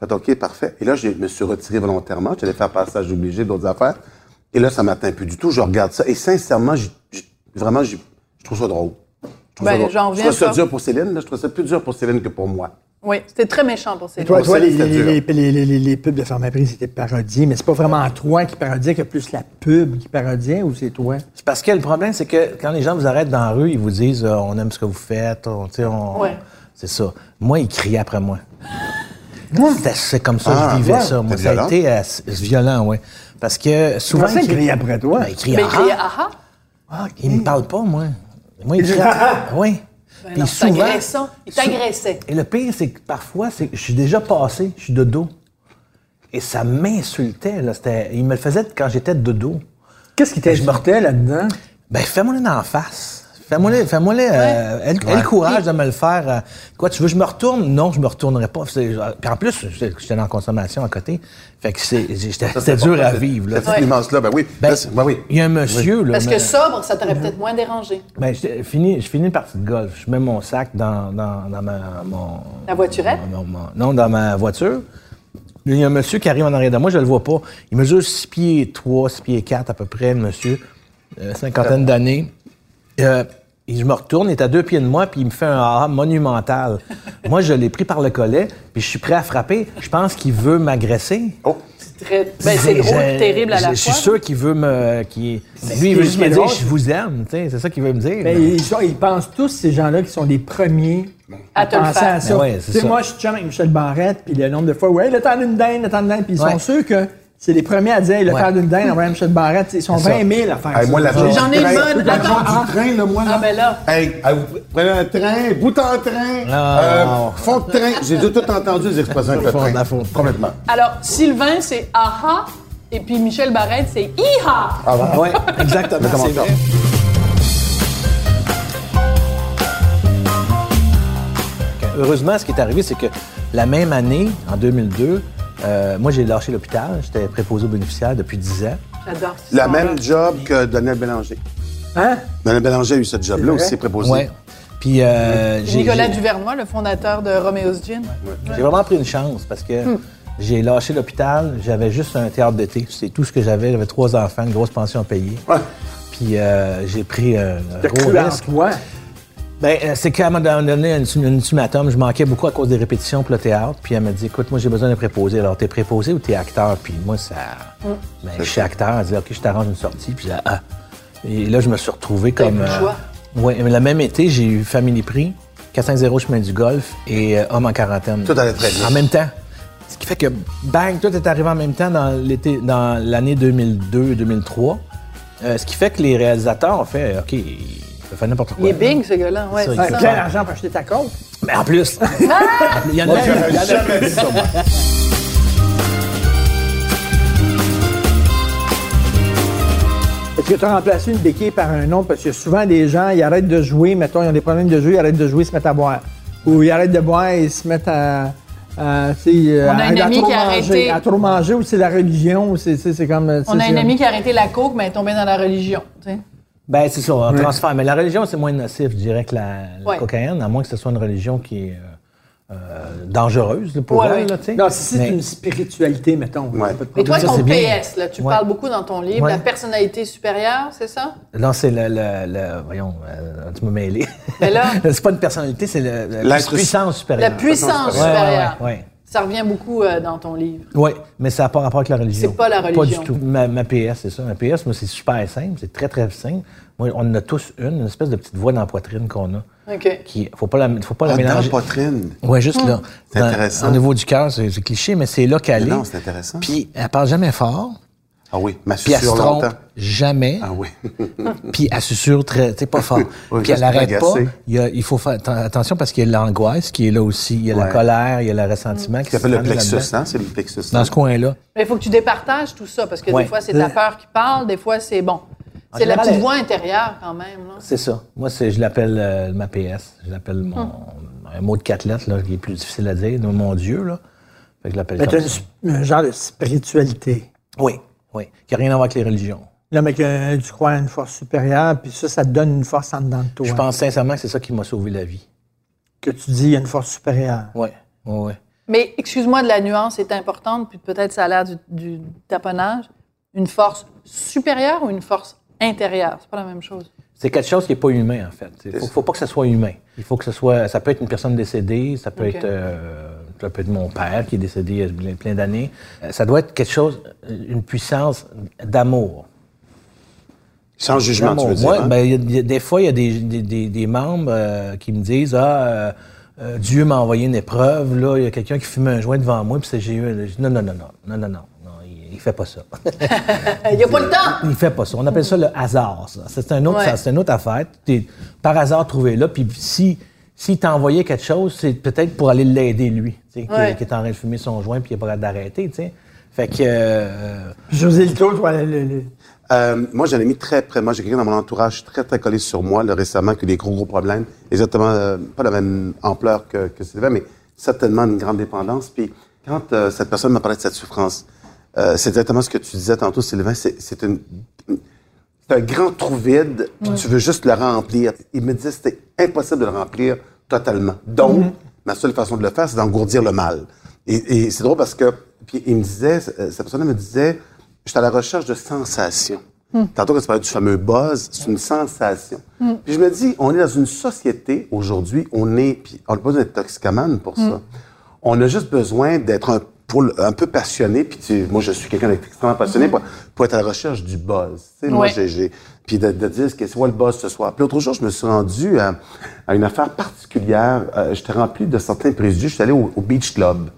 Speaker 7: j'ai fait OK, parfait. Et là, je me suis retiré volontairement. J'allais faire passage obligé, d'autres affaires. Et là, ça m'atteint plus du tout. Je regarde ça. Et sincèrement, j'ai- j'ai- vraiment, j'ai- je trouve ça drôle. Je trouve
Speaker 3: Ben,
Speaker 7: ça, drôle.
Speaker 3: j'en
Speaker 7: Je
Speaker 3: reviens
Speaker 7: trouve ça
Speaker 3: pas.
Speaker 7: dur pour Céline. Là. Je trouve ça plus dur pour Céline que pour moi.
Speaker 3: Oui, c'était très méchant pour ces
Speaker 4: Toi,
Speaker 7: Pour
Speaker 4: toi,
Speaker 7: ça,
Speaker 4: les,
Speaker 7: c'était dur.
Speaker 4: les, les- les- les- les pubs de Pharmaprix, c'était parodié, mais c'est pas vraiment toi qui parodiais, que plus la pub qui parodiait ou c'est toi?
Speaker 2: C'est parce que le problème, c'est que quand les gens vous arrêtent dans la rue, ils vous disent euh, on aime ce que vous faites, on, tu sais, on-
Speaker 3: Ouais.
Speaker 2: c'est ça. Moi, ils criaient après moi. C'était- C'est comme ça que
Speaker 7: Ah,
Speaker 2: je vivais
Speaker 7: ouais.
Speaker 2: ça. Moi,
Speaker 7: C'est
Speaker 2: ça
Speaker 7: violent.
Speaker 2: a été euh, c'est violent, oui. Parce que souvent.
Speaker 4: Comment ça,
Speaker 2: ils
Speaker 4: ils crient après toi?
Speaker 2: Ben, ils crient
Speaker 3: Mais
Speaker 2: Ah!
Speaker 3: crier, ah ah,
Speaker 2: Ah, il me parle pas, moi. Moi,
Speaker 4: <laughs>
Speaker 2: il traite. oui.
Speaker 3: Ben non, c'est agressant. Il
Speaker 2: sou-
Speaker 3: t'agressait.
Speaker 2: Et le pire, c'est que parfois, c'est que je suis déjà passé, je suis de dos. Et ça m'insultait, là. C'était- Il me le faisait quand j'étais de dos.
Speaker 4: Qu'est-ce qui t'ajoutait là-dedans?
Speaker 2: Ben, fais-moi le en face. Fais-moi le, fais-moi le, euh, aie le- aie le courage de me le faire. euh, quoi, tu veux que je me retourne? Non, je me retournerai pas. C'est- euh, Puis en plus, j'étais j'étais en consommation à côté. Fait que c'est, j'étais, c'était dur à vivre, là.
Speaker 7: Cette petite nuance-là, ben oui.
Speaker 2: Ben,
Speaker 7: Ben, c'est- ben oui.
Speaker 2: Il y a un monsieur, là.
Speaker 3: Parce
Speaker 2: mais-
Speaker 3: que sobre, ça t'aurait peut-être moins dérangé.
Speaker 2: Ben, je finis, je finis une partie de golf. Je mets mon sac dans, dans, dans ma, mon...
Speaker 3: La voiturette?
Speaker 2: mon- mon- non, dans ma voiture. Il y a un monsieur qui arrive en arrière de moi, je le vois pas. Il mesure 6 pieds 3, 6 pieds 4 à peu près, le monsieur. Euh, cinquantaine d'années. Euh, et je me retourne, il est à deux pieds de moi, puis il me fait un ah
Speaker 3: <laughs>
Speaker 2: monumental. moi, je l'ai pris par le collet, puis je suis prêt à frapper. Je pense qu'il veut m'agresser.
Speaker 7: Oh,
Speaker 3: C'est très- ben, c'est
Speaker 2: Je-
Speaker 3: drôle et terrible à
Speaker 2: je-
Speaker 3: la
Speaker 2: Je suis
Speaker 3: fois.
Speaker 2: sûr qu'il veut me. qu'il-
Speaker 4: ce
Speaker 2: Lui, il
Speaker 4: qui est
Speaker 2: veut juste me
Speaker 4: drôle,
Speaker 2: dire je
Speaker 4: c'est-
Speaker 2: vous aime, tu sais, c'est ça qu'il veut me dire.
Speaker 4: Ben, ils, sont- ils pensent tous, ces gens-là, qui sont les premiers à,
Speaker 3: À te le
Speaker 4: penser
Speaker 3: faire.
Speaker 4: à ça.
Speaker 2: Ben ouais, c'est
Speaker 4: Tu sais,
Speaker 2: ça.
Speaker 4: moi, je suis chum avec Michel Barrette, puis le nombre de fois, ouais, le temps d'une dinde, le temps d'une dinde, puis ils sont
Speaker 2: Ouais.
Speaker 4: sûrs que c'est les premiers à dire, Hey, le
Speaker 2: Ouais.
Speaker 4: temps d'une dinde, on va à Michel Barrette. Ils sont
Speaker 2: C'est ça.
Speaker 4: 20 000 à faire
Speaker 7: Hey,
Speaker 4: ça.
Speaker 7: moi, l'argent
Speaker 3: J'en
Speaker 7: du
Speaker 3: ai
Speaker 7: train-
Speaker 3: marre.
Speaker 7: L'argent
Speaker 3: Attends.
Speaker 7: du train, là, moi, là.
Speaker 3: Ah, ben là.
Speaker 7: Hey, hey, vous prenez un train, bout en train,
Speaker 2: Ah.
Speaker 7: euh, fond de train. J'ai tout entendu les expressions avec le
Speaker 2: Fond Ah, de la
Speaker 7: train.
Speaker 2: faute.
Speaker 7: Complètement.
Speaker 3: Alors, Sylvain, c'est aha, et puis Michel Barrette, c'est iha.
Speaker 7: Ah, bon?
Speaker 2: Ouais, exactement.
Speaker 7: Mais comment
Speaker 2: c'est
Speaker 7: ça?
Speaker 2: vrai. Heureusement, ce qui est arrivé, c'est que la même année, en 2002, euh, moi, j'ai lâché l'hôpital. J'étais préposé aux bénéficiaires depuis 10 ans.
Speaker 3: J'adore cette
Speaker 7: La
Speaker 3: histoire-là.
Speaker 7: même job que Daniel Bélanger.
Speaker 4: Hein?
Speaker 7: Daniel Bélanger a eu ce job-là
Speaker 4: vrai?
Speaker 7: aussi, préposé.
Speaker 2: Ouais. Puis euh, j'ai-
Speaker 3: Nicolas
Speaker 2: j'ai-
Speaker 3: Duvernois, le fondateur de Romeo's Gin.
Speaker 2: J'ai vraiment pris une chance parce que j'ai lâché l'hôpital. J'avais juste un théâtre d'été. C'est tout ce que j'avais. J'avais trois enfants, une grosse pension à payer.
Speaker 7: Ouais.
Speaker 2: Puis euh, j'ai pris euh, un
Speaker 4: T'as
Speaker 2: gros
Speaker 4: cru en
Speaker 2: risque.
Speaker 4: toi.
Speaker 2: Ben, euh, c'est qu'elle m'a donné un, ultim- un ultimatum. Je manquais beaucoup à cause des répétitions pour le théâtre. Puis elle m'a dit, écoute, moi, j'ai besoin d'un préposé. Alors, t'es préposé ou t'es acteur? Puis moi, ça...
Speaker 3: Mm.
Speaker 2: Ben, je suis acteur. Elle dit, OK, je t'arrange une sortie. Puis j'ai dit, ah. Et là, je me suis retrouvé comme... euh,
Speaker 3: plus le choix.
Speaker 2: ouais, mais le même été, j'ai eu Family Prix, 450 Chemin du Golf et euh, Homme en quarantaine.
Speaker 7: Tout allait très bien.
Speaker 2: En même temps. Ce qui fait que, bang, tout est arrivé en même temps dans l'été, dans l'année 2002-2003. Euh, ce qui fait que les réalisateurs ont fait, euh, OK, il peut faire n'importe
Speaker 3: Il
Speaker 2: quoi.
Speaker 3: est bing, ce gars-là. Ouais,
Speaker 2: Ça,
Speaker 3: c'est
Speaker 2: il
Speaker 3: ça.
Speaker 2: est
Speaker 4: Plein d'argent pour acheter ta côte.
Speaker 2: Mais en
Speaker 3: <laughs>
Speaker 2: plus,
Speaker 3: Ah!
Speaker 2: il y en a
Speaker 7: Moi, j'aurais jamais dit ça, moi.
Speaker 4: Est-ce que tu as remplacé une béquille par un nom? Parce que souvent, les gens, ils arrêtent de jouer, mettons, ils ont des problèmes de jeu, ils arrêtent de jouer, ils se mettent à boire. Ou ils arrêtent de boire et ils se mettent à. à, tu sais, euh,
Speaker 3: a
Speaker 4: à-
Speaker 3: un
Speaker 4: à
Speaker 3: ami
Speaker 4: trop
Speaker 3: qui a
Speaker 4: manger,
Speaker 3: arrêté.
Speaker 4: À trop manger, ou c'est la religion, ou c'est- c'est c'est comme. tu sais,
Speaker 3: On a
Speaker 4: c'est
Speaker 3: un
Speaker 4: comme-
Speaker 3: ami qui a arrêté la coke, mais elle est tombée dans la religion. tu sais.
Speaker 2: Ben, c'est ça, un transfert. Mais la religion, c'est moins nocif, je dirais, que la, la
Speaker 3: Ouais.
Speaker 2: cocaïne, à moins que ce soit une religion qui est euh, euh, dangereuse là, pour
Speaker 3: Ouais,
Speaker 2: elle.
Speaker 3: ouais.
Speaker 2: Là, tu sais.
Speaker 4: Non, si c'est
Speaker 2: Mais-
Speaker 4: une spiritualité, mettons.
Speaker 7: Ouais.
Speaker 4: pas de
Speaker 3: Mais toi,
Speaker 2: Ça,
Speaker 4: problème.
Speaker 3: ton
Speaker 2: c'est bien.
Speaker 3: PS, là, tu
Speaker 2: Ouais.
Speaker 3: parles beaucoup dans ton livre,
Speaker 2: Ouais.
Speaker 3: la personnalité supérieure, c'est ça?
Speaker 2: Non, c'est le, le- le- Voyons, euh, tu m'as mêlé.
Speaker 3: Mais là-
Speaker 2: <laughs> c'est pas une personnalité, c'est le- le- la
Speaker 7: L'être-
Speaker 2: puissance
Speaker 3: La
Speaker 2: supérieure.
Speaker 3: puissance
Speaker 2: Ouais, ouais,
Speaker 3: supérieure.
Speaker 2: ouais, ouais.
Speaker 3: Ça revient beaucoup euh, dans ton livre.
Speaker 2: Oui, mais ça n'a pas rapport avec la religion.
Speaker 3: C'est pas la religion.
Speaker 2: Pas du tout. Ma, ma PS, c'est ça. Ma PS, moi, c'est super simple. C'est très, très simple. Moi, on en a tous une, une espèce de petite voix dans la poitrine qu'on a.
Speaker 3: OK.
Speaker 2: Qui, faut pas la, faut pas la
Speaker 7: Ah, dans la
Speaker 2: mélanger.
Speaker 7: poitrine.
Speaker 2: Oui, juste là.
Speaker 7: Hmm. C'est
Speaker 2: Dans-
Speaker 7: intéressant.
Speaker 2: Au niveau du cœur, c'est c'est cliché, mais c'est là qu'elle est.
Speaker 7: Mais non, c'est intéressant.
Speaker 2: Puis elle parle jamais fort,
Speaker 7: Ah oui, ma
Speaker 2: puis elle se
Speaker 7: sur
Speaker 2: trompe
Speaker 7: longtemps.
Speaker 2: jamais,
Speaker 7: Ah oui.
Speaker 2: <laughs> puis elle susurre très, tu sais, pas fort.
Speaker 7: <laughs> Oui,
Speaker 2: puis
Speaker 7: ça,
Speaker 2: elle
Speaker 7: c'est
Speaker 2: n'arrête pas.
Speaker 7: agacé.
Speaker 2: Il, y a- il faut faire atten- attention parce qu'il y a l'angoisse qui est là aussi, il y a la
Speaker 7: Ouais.
Speaker 2: colère, il y a le ressentiment qui
Speaker 7: Tu appelles
Speaker 2: se
Speaker 7: le
Speaker 2: traduit
Speaker 7: plexus,
Speaker 2: là-dedans.
Speaker 7: hein? C'est le plexus.
Speaker 2: Dans ce coin-là.
Speaker 3: Mais il faut que tu départages tout ça, parce que
Speaker 2: Ouais.
Speaker 3: des fois, c'est ta peur qui parle, des fois, c'est bon.
Speaker 2: En
Speaker 3: C'est la
Speaker 2: général,
Speaker 3: petite
Speaker 2: elle-
Speaker 3: voix intérieure, quand même. là.
Speaker 2: C'est ça. Moi, c'est, je l'appelle euh, ma PS. Je l'appelle mon,
Speaker 7: Hum.
Speaker 2: un mot de quatre lettres, là, qui est plus difficile à dire, mon Dieu, là. Fait que je l'appelle
Speaker 4: Mais t'as
Speaker 2: comme
Speaker 4: une
Speaker 2: ça.
Speaker 4: sp- un genre de spiritualité.
Speaker 2: Oui, oui. Qui n'a rien à voir avec les religions.
Speaker 4: Là, mais que tu crois à une force supérieure, puis ça, ça te donne une force en dedans de toi.
Speaker 2: Je pense sincèrement que c'est ça qui m'a sauvé la vie.
Speaker 4: Que tu dis, il y a une force supérieure.
Speaker 2: Oui, oui, oui.
Speaker 3: Mais excuse-moi de la nuance, c'est importante, puis peut-être ça a l'air du, du taponnage. Une force supérieure ou une force intérieure? C'est pas la même chose.
Speaker 2: C'est quelque chose qui n'est pas humain, en fait. Il faut, faut pas que ce soit humain. Il faut que ce soit. Ça peut être une personne décédée, ça peut,
Speaker 3: Ok.
Speaker 2: être, euh, ça peut être mon père qui est décédé il y a plein- plein d'années. Euh, Ça doit être quelque chose, euh, une puissance d'amour.
Speaker 7: Sans jugement, tu veux dire.
Speaker 2: Moi,
Speaker 7: hein?
Speaker 2: ben, il y a- il y a- des fois, il y a des, des- des- des membres euh, qui me disent Ah, euh, euh, Dieu m'a envoyé une épreuve, là, il y a quelqu'un qui fume un joint devant moi, puis c'est j'ai eu. je dis, Non, non, non, non, non, non, non, non, il, il fait pas ça.
Speaker 7: Euh,
Speaker 3: Il n'y a pas le temps!
Speaker 2: Il fait pas ça. On appelle ça le hasard. ça. C'est un autre,
Speaker 3: Ouais.
Speaker 2: ça, c'est une autre affaire. T'es par hasard trouvé là. Puis si s'il t'a envoyé quelque chose, c'est peut-être pour aller l'aider lui, tu sais, qui-
Speaker 3: Ouais.
Speaker 2: qui, est en train de fumer son joint puis il est pas capable d'arrêter, tu sais. Fait que euh,
Speaker 4: José Lito, toi, le- le- le-
Speaker 7: Euh, moi, j'en ai mis très près. Moi, j'ai quelqu'un dans mon entourage très, très collé sur moi, là, récemment, qui a eu des gros, gros problèmes. Exactement, euh, pas la même ampleur que, que Sylvain, mais certainement une grande dépendance. Puis, quand euh, cette personne m'a parlé de cette souffrance, euh, c'est exactement ce que tu disais tantôt, Sylvain. C'est c'est une- c'est un grand trou vide, puis tu veux juste le remplir. Il me disait que c'était impossible de le remplir totalement. Donc, ma seule façon de le faire, c'est d'engourdir le mal. Et, et c'est drôle parce que, puis il me disait, euh, cette personne me disait, je suis à la recherche de sensations. Tantôt, quand tu parlais du fameux buzz, c'est une sensation. Puis je me dis, on est dans une société aujourd'hui, on est, puis on n'a pas besoin d'être toxicomane pour ça. On a juste besoin d'être un, pour le- un peu passionné, puis tu- moi, je suis quelqu'un d'extrêmement passionné pour, pour être à la recherche du buzz. Tu sais, Moi,
Speaker 3: Ouais.
Speaker 7: j'ai- j'ai- puis de, de dire, qu'est-ce que c'est le buzz ce soir? Puis l'autre jour, je me suis rendu à, à une affaire particulière. Euh, J'étais rempli de certains préjugés. Je suis allé au, au Beach Club.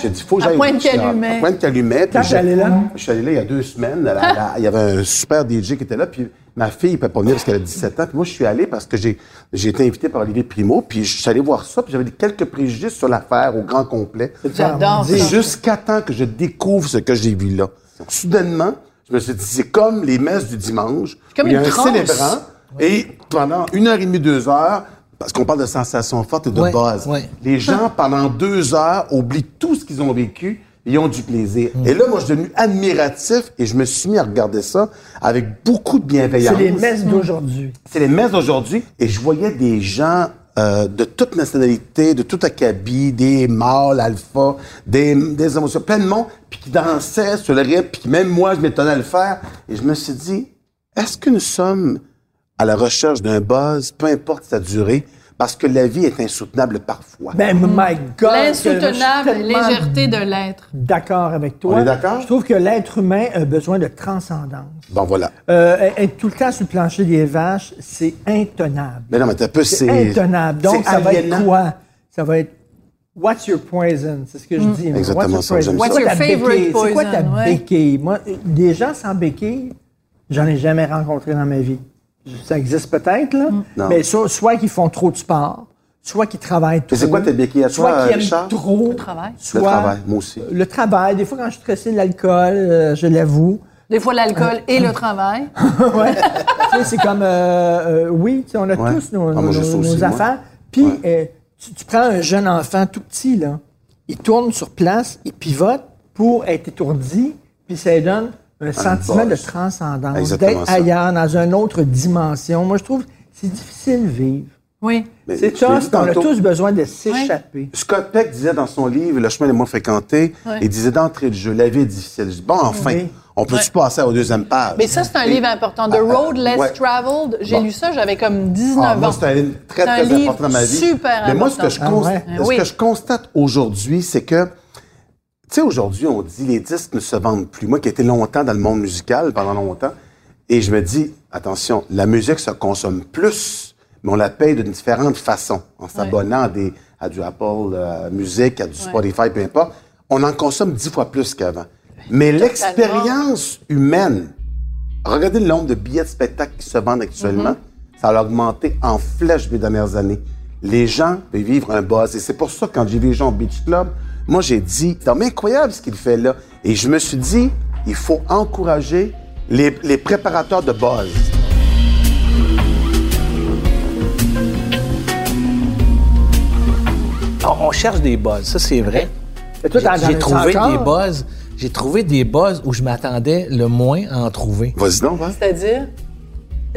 Speaker 7: J'ai dit, faut que
Speaker 3: À
Speaker 7: j'aille au Beach Club.
Speaker 3: Pointe-Calumet.
Speaker 7: À Pointe-Calumet.
Speaker 5: Quand
Speaker 7: Puis j'ai-
Speaker 5: j'allais là?
Speaker 7: je suis allé là il y a deux semaines. à la- à la- il y avait un super DJ qui était là. Puis ma fille ne pouvait pas venir parce qu'elle a 17 ans. Puis moi, je suis allé parce que j'ai, j'ai été invité par Olivier Primo. Puis je suis allé voir ça. Puis j'avais quelques préjugés sur l'affaire au grand complet. Ah,
Speaker 3: J'adore ça.
Speaker 7: Jusqu'à temps que je découvre ce que j'ai vu là. Soudainement, je me suis dit, c'est comme les messes du dimanche.
Speaker 3: Comme
Speaker 7: où il y a
Speaker 3: une
Speaker 7: un
Speaker 3: transe.
Speaker 7: célébrant. Et pendant une heure et demie, deux heures, parce qu'on parle de sensations fortes et de
Speaker 2: Ouais,
Speaker 7: buzz,
Speaker 2: ouais.
Speaker 7: les gens, pendant deux heures, oublient tout ce qu'ils ont vécu et ils ont du plaisir. Et là, moi, je suis devenu admiratif et je me suis mis à regarder ça avec beaucoup de bienveillance.
Speaker 5: C'est les messes d'aujourd'hui.
Speaker 7: C'est les messes d'aujourd'hui. Et je voyais des gens euh, de toute nationalité, de tout acabit, des mâles, alpha, des, des homosexuels, plein de monde, puis qui dansaient sur le rythme, puis même moi, je m'étonnais à le faire. Et je me suis dit, est-ce que nous sommes à la recherche d'un buzz, peu importe sa durée, parce que la vie est insoutenable parfois?
Speaker 5: Ben, my God!
Speaker 3: L'insoutenable
Speaker 5: que je suis tellement
Speaker 3: légèreté de l'être.
Speaker 5: D'accord avec toi.
Speaker 7: On est d'accord?
Speaker 5: Je trouve que l'être humain a besoin de transcendance.
Speaker 7: bon, voilà.
Speaker 5: Euh, être tout le temps sur le plancher des vaches, c'est intenable.
Speaker 7: Mais non, mais t'as peu,
Speaker 5: C'est
Speaker 7: c'est...
Speaker 5: intenable. Donc,
Speaker 7: c'est
Speaker 5: ça va
Speaker 7: aliénant.
Speaker 5: être quoi? Ça va être What's your poison? C'est ce que je dis. moi.
Speaker 7: Exactement
Speaker 5: What's
Speaker 7: ça,
Speaker 5: your
Speaker 7: j'aime
Speaker 5: poison?
Speaker 3: Mm. ça. What's
Speaker 5: C'est
Speaker 3: your
Speaker 5: quoi ta
Speaker 3: favorite
Speaker 5: béquille? C'est quoi ta
Speaker 3: poison, ouais.
Speaker 5: béquille? Moi, euh, des gens sans béquille, j'en ai jamais rencontré dans ma vie. Ça existe peut-être, là.
Speaker 3: Mm.
Speaker 7: Non.
Speaker 5: Mais so- soit qu'ils font trop de sport, soit qu'ils travaillent trop.
Speaker 7: Mais c'est quoi tes béquilles à toi,
Speaker 5: Soit qu'ils aiment
Speaker 7: Richard?
Speaker 5: trop. Le
Speaker 3: travail.
Speaker 5: Soit
Speaker 7: Le travail, moi aussi.
Speaker 5: Le travail. Des fois, quand je suis stressé de l'alcool, euh, je l'avoue.
Speaker 3: Des fois, l'alcool et le travail.
Speaker 5: Ouais. tu sais, c'est comme, euh, euh, oui, tu sais, on a
Speaker 7: Ouais.
Speaker 5: tous nos,
Speaker 7: Ah, moi, j'ai
Speaker 5: nos-
Speaker 7: ça aussi,
Speaker 5: nos
Speaker 7: moi.
Speaker 5: affaires. Puis, euh, tu, tu prends un jeune enfant tout petit, là, il tourne sur place, il pivote pour être étourdi, puis ça lui donne un sentiment de
Speaker 7: buzz.
Speaker 5: transcendance,
Speaker 7: Exactement
Speaker 5: d'être
Speaker 7: ça.
Speaker 5: ailleurs, dans une autre dimension. Moi, je trouve que c'est difficile de vivre.
Speaker 3: Oui.
Speaker 7: Mais
Speaker 5: C'est
Speaker 7: tu l'as
Speaker 5: ça,
Speaker 7: dit
Speaker 5: c'est- on a
Speaker 7: tantôt.
Speaker 5: tous besoin de s'échapper.
Speaker 7: Scott Peck disait dans son livre Le chemin des moins fréquentés,
Speaker 3: Ouais.
Speaker 7: il disait d'entrée de jeu, la vie est difficile. Je dis, bon, enfin,
Speaker 5: Oui.
Speaker 7: on peut-tu passer à la deuxième page?
Speaker 3: Mais ça, c'est un
Speaker 7: Et-
Speaker 3: livre important. The
Speaker 7: Ah, ah,
Speaker 3: Road Less
Speaker 7: ouais.
Speaker 3: Traveled. J'ai
Speaker 7: Bon.
Speaker 3: lu ça, j'avais comme
Speaker 7: Ah,
Speaker 3: 19
Speaker 7: moi,
Speaker 3: ans.
Speaker 7: c'est un livre très,
Speaker 3: C'est un
Speaker 7: très
Speaker 3: livre
Speaker 7: important dans ma vie.
Speaker 3: super
Speaker 7: Mais moi, ce que je,
Speaker 3: important.
Speaker 7: cons-
Speaker 5: Ah ouais?
Speaker 7: ce
Speaker 3: Oui.
Speaker 7: que je constate aujourd'hui, c'est que, tu sais, aujourd'hui, on dit les disques ne se vendent plus. Moi qui ai été longtemps dans le monde musical, pendant longtemps, et je me dis, attention, la musique se consomme plus, mais on la paye d'une différente façon, en s'abonnant à, des- à du Apple euh, Music, à du Spotify, peu importe. On en consomme dix fois plus qu'avant. Mais l'expérience humaine, Regardez le nombre de billets de spectacle qui se vendent actuellement. Ça a augmenté en flèche les dernières années. Les gens veulent vivre un buzz. Et c'est pour ça que quand j'ai vu les gens au Beach Club, moi, j'ai dit, c'est incroyable ce qu'il fait là. Et je me suis dit, il faut encourager les, les préparateurs de buzz.
Speaker 2: On, on cherche des buzz, ça c'est vrai.
Speaker 5: Et toi, t'en-
Speaker 2: J'ai
Speaker 5: t'en-
Speaker 2: trouvé
Speaker 5: t'en-
Speaker 2: des buzz. J'ai trouvé des buzz où je m'attendais le moins à en trouver.
Speaker 7: Vas-y donc, hein. va.
Speaker 3: C'est-à-dire?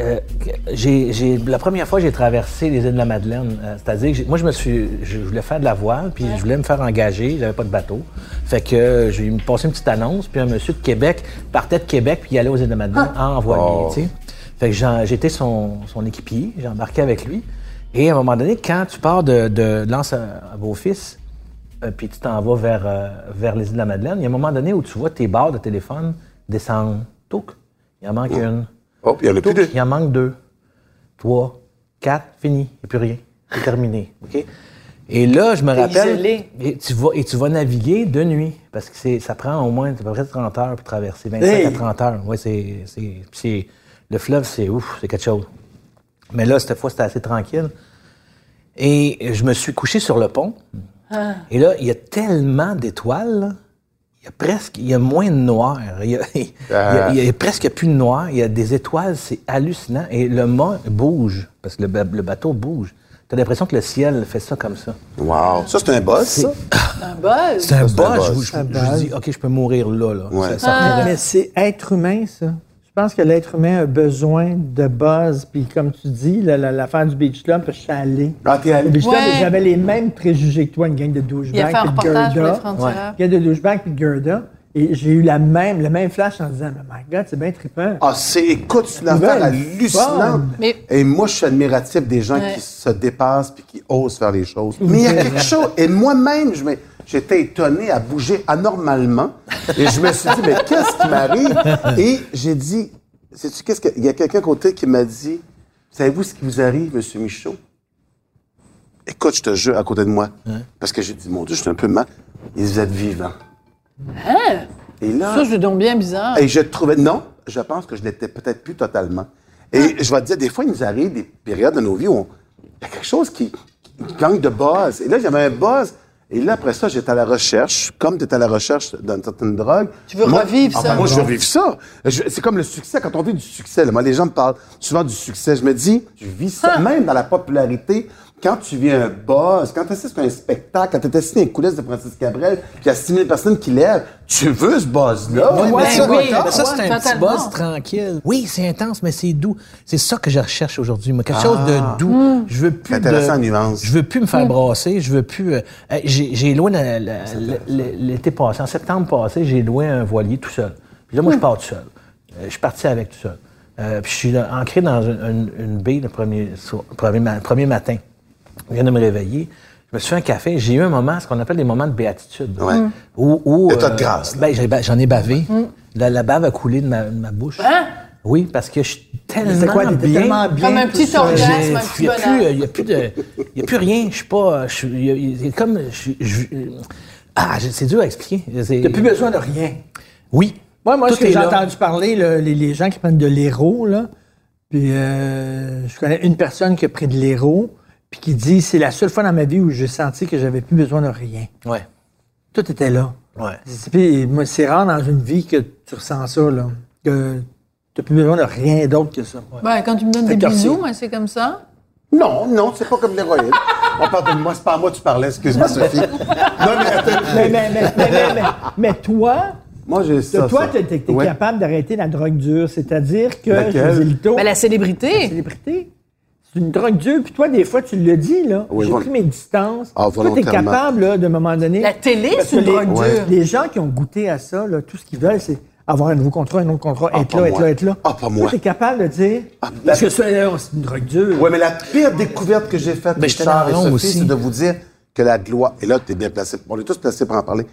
Speaker 2: Euh, que- j'ai, j'ai- la première fois, j'ai traversé les îles de la Madeleine. Euh, c'est-à-dire que j'ai- moi, je me suis, je voulais faire de la voile, puis je voulais me faire engager. J'avais pas de bateau. Fait que euh, j'ai passé une petite annonce, puis un monsieur de Québec partait de Québec, puis il allait aux îles de la Madeleine en voilier, tu sais. Fait que j'en- j'étais son, son équipier, j'ai embarqué avec lui. Et à un moment donné, quand tu pars de, de Lance à, à Beaufils, euh, puis tu t'en vas vers, euh, vers les îles de la Madeleine, il y a un moment donné où tu vois tes barres de téléphone descendre. Touc, il en manque une.
Speaker 7: Hop, Oh, il y en a plus de...
Speaker 2: Il en manque deux, trois, quatre, fini. Il n'y a plus rien. C'est terminé. OK? Et là, je me rappelle.
Speaker 3: isolé.
Speaker 2: Et tu, vas, et tu vas naviguer de nuit parce que c'est- ça prend au moins à peu près 30 heures pour traverser. 25 à
Speaker 5: Hey!
Speaker 2: 30 heures. Ouais, c'est, c'est, puis c'est- le fleuve, c'est ouf, c'est quelque chose. Mais là, cette fois, c'était assez tranquille. Et je me suis couché sur le pont. Et là, il y a tellement d'étoiles. là. Il y a presque, il y a moins de noir. Il y a, il y a- il y a presque plus de noir. Il y a des étoiles, c'est hallucinant. Et le mât bouge, parce que le, ba- le bateau bouge. T'as l'impression que le ciel fait ça comme ça.
Speaker 7: Wow. Ça, c'est un buzz, ça?
Speaker 3: Un buzz?
Speaker 2: C'est un
Speaker 7: Ça, c'est un
Speaker 2: buzz.
Speaker 7: buzz.
Speaker 2: Je- Je, je dis, OK, je peux mourir là. là.
Speaker 7: Ouais.
Speaker 2: Ça- ça-
Speaker 3: Euh,
Speaker 5: Mais c'est être humain, ça. Je pense que l'être humain a besoin de buzz. Puis comme tu dis, la- la- l'affaire du Beach Club, parce que je suis allé.
Speaker 7: Ah, t'es
Speaker 5: Au
Speaker 7: allé.
Speaker 5: Beach Club,
Speaker 3: Ouais.
Speaker 5: j'avais les mêmes préjugés que toi, une gang
Speaker 3: Il
Speaker 5: de
Speaker 3: a
Speaker 5: douchebags
Speaker 3: fait un
Speaker 5: puis de
Speaker 3: reportage pour les
Speaker 5: Gerda.
Speaker 3: frontières.
Speaker 5: Une gang de douchebags puis de Gerda. Et j'ai eu la même, le même flash en disant, mais my God, c'est bien trippant.
Speaker 7: Ah, c'est, écoute, c'est une affaire
Speaker 5: Nouvelle
Speaker 7: hallucinante.
Speaker 5: forme.
Speaker 3: Mais-
Speaker 7: Et moi, je suis admiratif des gens
Speaker 3: Ouais.
Speaker 7: qui se dépassent puis qui osent faire les choses. Mais il y a quelque chose. Et moi-même, je me- j'étais étonné à bouger anormalement. Et je me suis dit, mais qu'est-ce qui m'arrive? Et j'ai dit, sais-tu qu'est-ce que. Il y a quelqu'un à côté qui m'a dit, savez-vous ce qui vous arrive, M. Michaud? Écoute, je te jure, à côté de moi. Parce que j'ai dit, mon Dieu, je suis un peu mal. Et vous êtes vivant. Et là.
Speaker 3: Hein? Ça, je le donne bien bizarre.
Speaker 7: Et je trouvais, non, je pense que je l'étais peut-être plus totalement. Et
Speaker 3: Ah.
Speaker 7: je vais te dire, des fois, il nous arrive des périodes de nos vies où on- il y a quelque chose qui, qui gagne de buzz. Et là, j'avais un buzz. Et là, après ça, j'étais à la recherche, comme tu étais à la recherche d'une certaine drogue.
Speaker 3: Tu veux
Speaker 7: moi-
Speaker 3: revivre
Speaker 7: Ah,
Speaker 3: ça.
Speaker 7: ben, moi, je veux vivre ça. Je- c'est comme le succès. Quand on vit du succès, là, moi, les gens me parlent souvent du succès. Je me dis, je vis ça.
Speaker 3: Ah.
Speaker 7: Même dans la popularité, quand tu vis un buzz, quand tu assistes à un spectacle, quand tu es assis dans les coulisses de Francis Cabrel, puis il y a 6 000 personnes qui lèvent, tu veux ce buzz-là.
Speaker 2: Oui,
Speaker 3: Ouais,
Speaker 2: mais ça,
Speaker 3: oui,
Speaker 2: mais ça, c'est
Speaker 3: ouais,
Speaker 2: un petit
Speaker 3: totalement.
Speaker 2: buzz tranquille. Oui, c'est intense, mais c'est doux. C'est ça que je recherche aujourd'hui. Moi, quelque chose de doux. Je veux plus.
Speaker 7: C'est intéressant,
Speaker 2: de-
Speaker 7: la nuance.
Speaker 2: Je veux plus me faire brasser. Je veux plus. euh, hey, j'ai j'ai loué la- la- la- l'été passé, en septembre passé, j'ai loué un voilier tout seul. Puis là, moi, je pars tout seul. Euh, Je suis parti avec tout seul. Euh, puis je suis là, ancré dans une, une- une baie le premier, soir- premier, ma- premier matin. Je viens de me réveiller. Je me suis fait un café. J'ai eu un moment, ce qu'on appelle des moments de béatitude.
Speaker 7: Ouais. Mm.
Speaker 2: Où, où,
Speaker 7: État de
Speaker 2: euh,
Speaker 7: grâce, là.
Speaker 2: ben, j'ai ba- j'en ai bavé. La, la bave a coulé de ma, de ma bouche. Oui, parce que je suis tellement
Speaker 5: C'est quoi, t'étais
Speaker 2: bien.
Speaker 5: tellement bien.
Speaker 3: Comme un
Speaker 5: tout
Speaker 3: petit
Speaker 5: seul.
Speaker 3: orgasme.
Speaker 2: J'ai-
Speaker 3: un petit
Speaker 2: y a
Speaker 3: bonheur.
Speaker 2: plus, euh, y a plus de, y a plus rien. Je suis pas, je suis- y a- y- c'est comme, je- je- ah, je- c'est dur à expliquer. C'est-
Speaker 5: T'as plus besoin de rien.
Speaker 2: Oui.
Speaker 5: Moi, moi,
Speaker 2: Tout
Speaker 5: ce que
Speaker 2: est
Speaker 5: j'ai
Speaker 2: là.
Speaker 5: entendu parler, là, les, les gens qui prennent de l'héro, là, puis euh, je connais une personne qui a pris de l'héro, puis qui dit c'est la seule fois dans ma vie où j'ai senti que j'avais plus besoin de rien.
Speaker 2: Ouais.
Speaker 5: Tout était là.
Speaker 2: Ouais.
Speaker 5: Puis, moi, c'est rare dans une vie que tu ressens ça, là, que t'as plus besoin de rien d'autre que ça.
Speaker 3: Ben, quand tu me donnes des
Speaker 5: Écarté.
Speaker 3: bisous, moi, c'est comme ça.
Speaker 7: Non, non, c'est pas comme l'héroïne. On parle de moi, c'est pas à moi que tu parlais,
Speaker 5: <laughs>
Speaker 7: excuse-moi, Sophie. non, mais attends.
Speaker 5: Mais, mais, mais, mais, mais, mais- mais toi,
Speaker 7: Moi, j'ai ça.
Speaker 5: toi,
Speaker 7: ça.
Speaker 5: t'es t'es- t'es
Speaker 7: Ouais.
Speaker 5: capable d'arrêter la drogue dure, c'est-à-dire que
Speaker 7: Laquelle?
Speaker 5: José Lito-
Speaker 2: Ben,
Speaker 3: Mais Ben, la célébrité.
Speaker 5: célébrité. C'est une drogue dure. Puis toi, des fois, tu le dis, là.
Speaker 7: Oui,
Speaker 5: J'ai
Speaker 7: vol-
Speaker 5: pris mes distances.
Speaker 7: Ah,
Speaker 5: toi, t'es
Speaker 7: volontairement.
Speaker 5: capable, là, d'un moment donné.
Speaker 3: La télé,
Speaker 5: Parce
Speaker 3: c'est
Speaker 5: que
Speaker 3: une
Speaker 5: les-
Speaker 3: drogue dure.
Speaker 5: Les gens qui ont goûté à ça, là, tout ce qu'ils veulent, c'est avoir un nouveau contrat, un autre contrat,
Speaker 7: Ah,
Speaker 5: être là,
Speaker 7: pas moi.
Speaker 5: être là, être là.
Speaker 7: Ah, pas moi. Ah, ben-
Speaker 5: Toi, t'es capable de dire. parce que ça, là, c'est une drogue dure.
Speaker 7: Ouais, mais la pire découverte que j'ai faite,
Speaker 2: Ben, j'étais dans
Speaker 7: Richard
Speaker 2: la
Speaker 7: et
Speaker 2: longue
Speaker 7: Sophie,
Speaker 2: aussi.
Speaker 7: c'est de vous dire que la gloire, et là, tu es bien placé, on est tous placés pour en parler,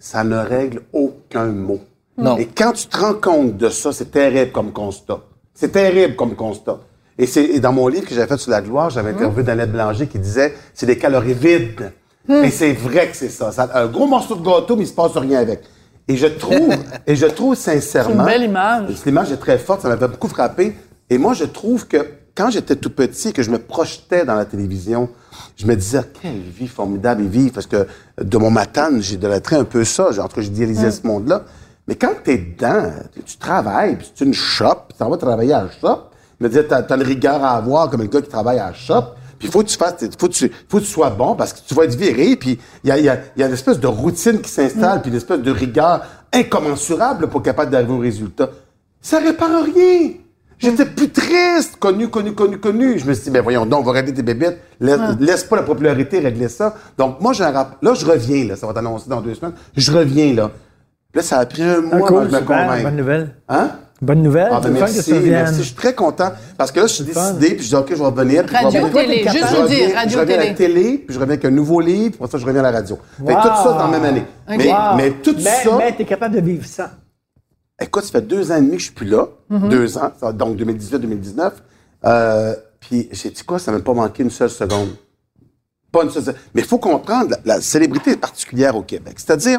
Speaker 7: ça ne règle aucun mot.
Speaker 2: Non.
Speaker 7: Et quand tu te rends compte de ça, c'est terrible comme constat. C'est terrible comme constat. Et, c'est, et dans mon livre que j'avais fait sur la gloire, j'avais
Speaker 3: Hmm.
Speaker 7: interviewé Danette Blanger qui disait c'est des calories vides.
Speaker 3: Hmm.
Speaker 7: Et c'est vrai que c'est ça. Ça- Un gros morceau de gâteau, mais il se passe rien avec. Et je
Speaker 3: <laughs>
Speaker 7: trouve, et je trouve sincèrement.
Speaker 3: C'est une belle image.
Speaker 7: Cette image est très forte, ça m'avait beaucoup frappé. Et moi, je trouve que quand j'étais tout petit, que je me projetais dans la télévision, je me disais, quelle vie formidable et vive, parce que de mon matin, j'ai idolâtré un peu ça. J'ai- En tout cas, j'idéalisais ce monde-là. Mais quand tu es dedans, tu- tu travailles, puis c'est une shop, puis tu t'en vas travailler à la shop. Je me disais, t'as as une rigueur à avoir comme le gars qui travaille à la shop. Puis faut que tu fasses, faut que tu, faut que tu sois bon parce que tu vas être viré. Puis il y a, il y a- il y a une espèce de routine qui s'installe, puis une espèce de rigueur incommensurable pour être capable d'arriver au résultat. Ça répare rien. J'étais plus triste, connu, connu, connu, connu. Je me suis dit, ben voyons donc, on va régler tes bébêtes. Laisse, laisse pas la popularité régler ça. Donc, moi, j'ai un rap- Là, je reviens, là. Ça va t'annoncer dans deux semaines. Je reviens, là. Là, ça a pris un mois
Speaker 5: cool,
Speaker 7: avant de me
Speaker 5: super,
Speaker 7: convaincre.
Speaker 5: bonne nouvelle.
Speaker 7: Hein?
Speaker 5: Bonne nouvelle.
Speaker 7: Ah, ben,
Speaker 5: c'est le fun que
Speaker 7: merci,
Speaker 5: ça vienne.
Speaker 7: merci. Je suis très content parce que là, je suis
Speaker 5: fun.
Speaker 7: décidé, puis je dis, OK, je vais revenir. puis je vais
Speaker 3: Radio,
Speaker 7: revenir.
Speaker 3: télé,
Speaker 7: Je
Speaker 3: juste
Speaker 7: reviens-
Speaker 3: vous dire, radio,
Speaker 7: Je reviens à la
Speaker 3: télé.
Speaker 7: télé, puis je reviens avec un nouveau livre, puis pour ça, je reviens à la radio. Fait que
Speaker 5: Wow.
Speaker 7: tout ça dans la même année.
Speaker 3: Ok.
Speaker 7: Mais,
Speaker 5: Wow.
Speaker 7: mais tout
Speaker 5: Ah, mais,
Speaker 7: ça.
Speaker 5: Mais t'es capable de vivre ça.
Speaker 7: Écoute, ça fait deux ans et demi que je suis plus là.
Speaker 3: Mhm.
Speaker 7: Deux ans, ça- donc 2018-2019. Euh, puis j'ai dit quoi, ça m'a pas manqué une seule seconde. Pas une seule seconde. Mais il faut comprendre, la, la célébrité est particulière au Québec. C'est-à-dire,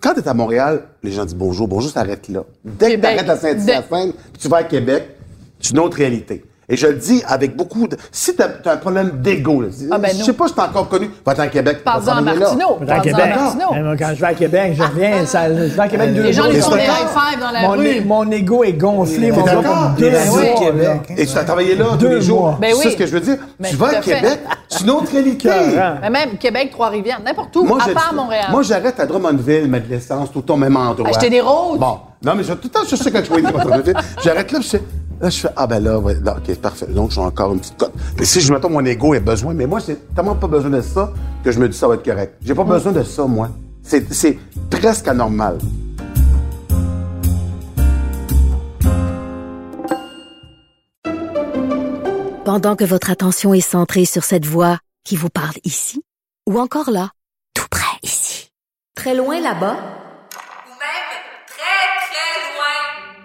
Speaker 7: quand tu es à Montréal, les gens disent bonjour, bonjour, ça arrête là. Dès que
Speaker 3: Québec.
Speaker 7: tu arrêtes à Saint-Hyacinthe, puis tu vas à Québec, c'est une autre réalité. Et je le dis avec beaucoup de. Si tu as, un problème d'ego, là,
Speaker 3: Ah, ben
Speaker 7: je
Speaker 3: non.
Speaker 7: sais pas, je suis encore connu. Va-t'en à Québec.
Speaker 3: Pardon
Speaker 7: va
Speaker 3: à
Speaker 7: travailler là.
Speaker 3: Martineau.
Speaker 5: Dans
Speaker 3: Pardon à
Speaker 5: Québec.
Speaker 3: Martineau.
Speaker 5: Mais moi, Quand je vais à Québec, je reviens. ça- je vais à Québec
Speaker 7: Euh,
Speaker 5: deux
Speaker 3: Les gens
Speaker 5: jours,
Speaker 3: lui
Speaker 5: je
Speaker 3: font
Speaker 5: suis
Speaker 3: des
Speaker 5: d'accord.
Speaker 3: high five dans la
Speaker 5: mon, é-
Speaker 3: rue.
Speaker 5: mon ego est gonflé, mon
Speaker 7: d'accord?
Speaker 5: gars,
Speaker 7: Des
Speaker 5: deux
Speaker 7: radios
Speaker 5: jours,
Speaker 3: au
Speaker 5: là.
Speaker 7: Et tu as travaillé là tous
Speaker 5: Deux
Speaker 7: les jours.
Speaker 5: mois.
Speaker 3: Ben
Speaker 7: C'est
Speaker 3: oui.
Speaker 7: ce que je veux dire.
Speaker 3: Ben,
Speaker 7: tu vas
Speaker 3: tout
Speaker 7: à
Speaker 3: à fait.
Speaker 7: Québec, c'est
Speaker 2: <laughs>
Speaker 7: une autre réalité.
Speaker 5: Écœurant.
Speaker 3: Mais même Québec, Trois-Rivières, n'importe où, à
Speaker 7: je-
Speaker 3: part Montréal.
Speaker 7: Moi, j'arrête à Drummondville, mettre de l'essence, tout le temps au même endroit.
Speaker 3: Acheter des roses.
Speaker 7: Bon. Non, mais je, tout le temps, je sais quand je vois des Drummondville. J'arrête là, puis je fais, là, je fais, ah ben là, ouais, là, OK, parfait. Donc, j'ai encore une petite cote. Mais si je mettons mon ego a besoin, mais moi, j'ai tellement pas besoin de ça
Speaker 3: Hmm.
Speaker 7: que je me dis ça va être correct. J'ai pas besoin de ça, moi. C'est c'est presque anormal.
Speaker 8: pendant que votre attention est centrée sur cette voix qui vous parle ici, ou encore là, tout près ici, très loin là-bas,
Speaker 9: ou même très très loin.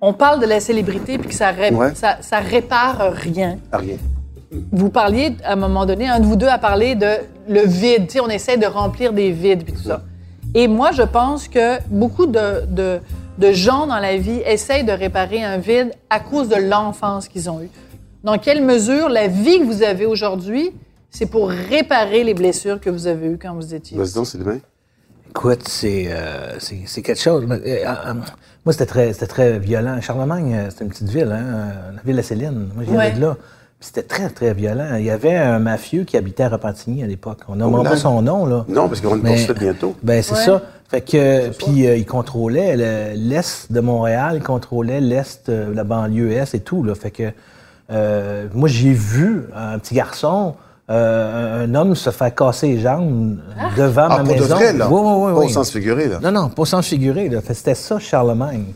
Speaker 3: On parle de la célébrité puis que ça, ré-
Speaker 7: Ouais.
Speaker 3: ça, ça répare rien.
Speaker 7: Ah, Rien.
Speaker 3: Vous parliez, à un moment donné, un de vous deux a parlé de le vide. Tu sais, on essaie de remplir des vides puis tout ça. Et moi, je pense que beaucoup de, de, de gens dans la vie essayent de réparer un vide à cause de l'enfance qu'ils ont eue. Dans quelle mesure la vie que vous avez aujourd'hui, c'est pour réparer les blessures que vous avez eues quand vous étiez.
Speaker 7: Vas-y donc, Sylvain.
Speaker 2: Écoute, c'est, euh, c'est, c'est quelque chose. Mais, euh, euh, moi, c'était très, c'était très violent. Charlemagne, euh, c'était une petite ville, hein, euh, la ville de Céline. Moi, je viens
Speaker 3: Ouais.
Speaker 2: de là. Puis c'était très, très violent. Il y avait un mafieux qui habitait à Repentigny à l'époque. On n'a
Speaker 7: là.
Speaker 2: pas son nom, là.
Speaker 7: Non, parce qu'on va une
Speaker 2: Mais-
Speaker 7: poursuite bientôt.
Speaker 2: Ben, c'est
Speaker 3: Ouais.
Speaker 2: ça. Fait que, puis euh, il contrôlait le- l'Est de Montréal, il contrôlait l'Est, euh, la banlieue Est et tout, là. Fait que, euh, moi, j'ai vu un petit garçon, euh, un homme se faire casser les jambes devant
Speaker 7: Ah,
Speaker 2: ma
Speaker 7: pour de
Speaker 2: maison.
Speaker 7: vrai, là?
Speaker 2: Oui, oui, oui,
Speaker 7: Pas au
Speaker 2: oui.
Speaker 7: sens figuré, là.
Speaker 2: Non, non, pas au sens figuré, là. Fait que c'était ça, Charlemagne.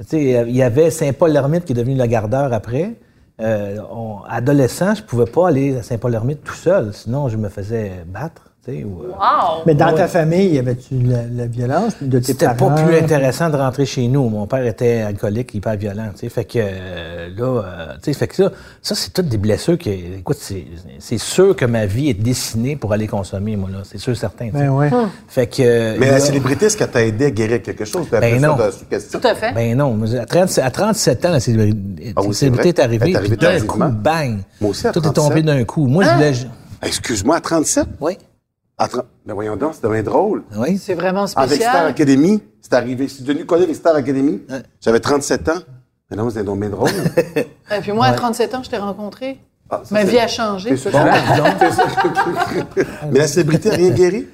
Speaker 2: Tu sais, il y avait Saint-Paul-l'Ermite qui est devenu le gardeur après. Euh, on- adolescent, je pouvais pas aller à Saint-Paul-l'Ermite tout seul, sinon je me faisais battre, tu sais, ou- euh,
Speaker 3: Wow!
Speaker 5: Mais dans
Speaker 2: Ouais.
Speaker 5: ta famille, y avait-tu la, la violence de tes
Speaker 2: C'était
Speaker 5: parents?
Speaker 2: pas plus intéressant de rentrer chez nous. Mon père était alcoolique, hyper violent, tu sais. Fait que euh, là, euh, tu sais, fait que ça, ça c'est toutes des blessures qui, écoute, c'est c'est sûr que ma vie est dessinée pour aller consommer, moi là, c'est sûr certain. tu sais.
Speaker 5: Ben ouais.
Speaker 2: Fait que euh,
Speaker 7: Mais la
Speaker 2: là-
Speaker 7: célébrité, est-ce qu'elle t'a aidé à guérir quelque chose? Puis après
Speaker 2: Ben
Speaker 7: ça,
Speaker 2: non.
Speaker 7: t'as- question.
Speaker 3: Tout à fait.
Speaker 2: ben non, mais à, 30 à 37 ans, la célébrité,
Speaker 7: Ah oui,
Speaker 2: la
Speaker 7: c'est
Speaker 2: célébrité
Speaker 7: vrai.
Speaker 2: est
Speaker 7: Elle
Speaker 2: arrivée.
Speaker 7: est arrivée
Speaker 2: puis d'un coup,
Speaker 7: tardivement.
Speaker 2: bang!
Speaker 7: Moi aussi, à
Speaker 2: Tout est
Speaker 7: 37.
Speaker 2: tombé d'un coup. Moi, je voulais.
Speaker 7: Excuse-moi, à 37?
Speaker 2: Oui.
Speaker 7: À 30 Ben voyons donc, c'est devenu drôle.
Speaker 2: Oui.
Speaker 3: C'est vraiment
Speaker 7: Avec Star
Speaker 3: spécial.
Speaker 7: Academy, c'est arrivé. Je suis devenu connu avec Star Academy.
Speaker 2: Ouais.
Speaker 7: J'avais 37 ans. Mais non, c'est donc bien <laughs> drôle.
Speaker 3: Et puis moi, à 37 ans, je t'ai rencontré.
Speaker 7: Ah, ça,
Speaker 3: Ma
Speaker 7: c'est-
Speaker 3: vie a changé.
Speaker 7: c'est ça. C'est ça. Mais la célébrité a rien guéri?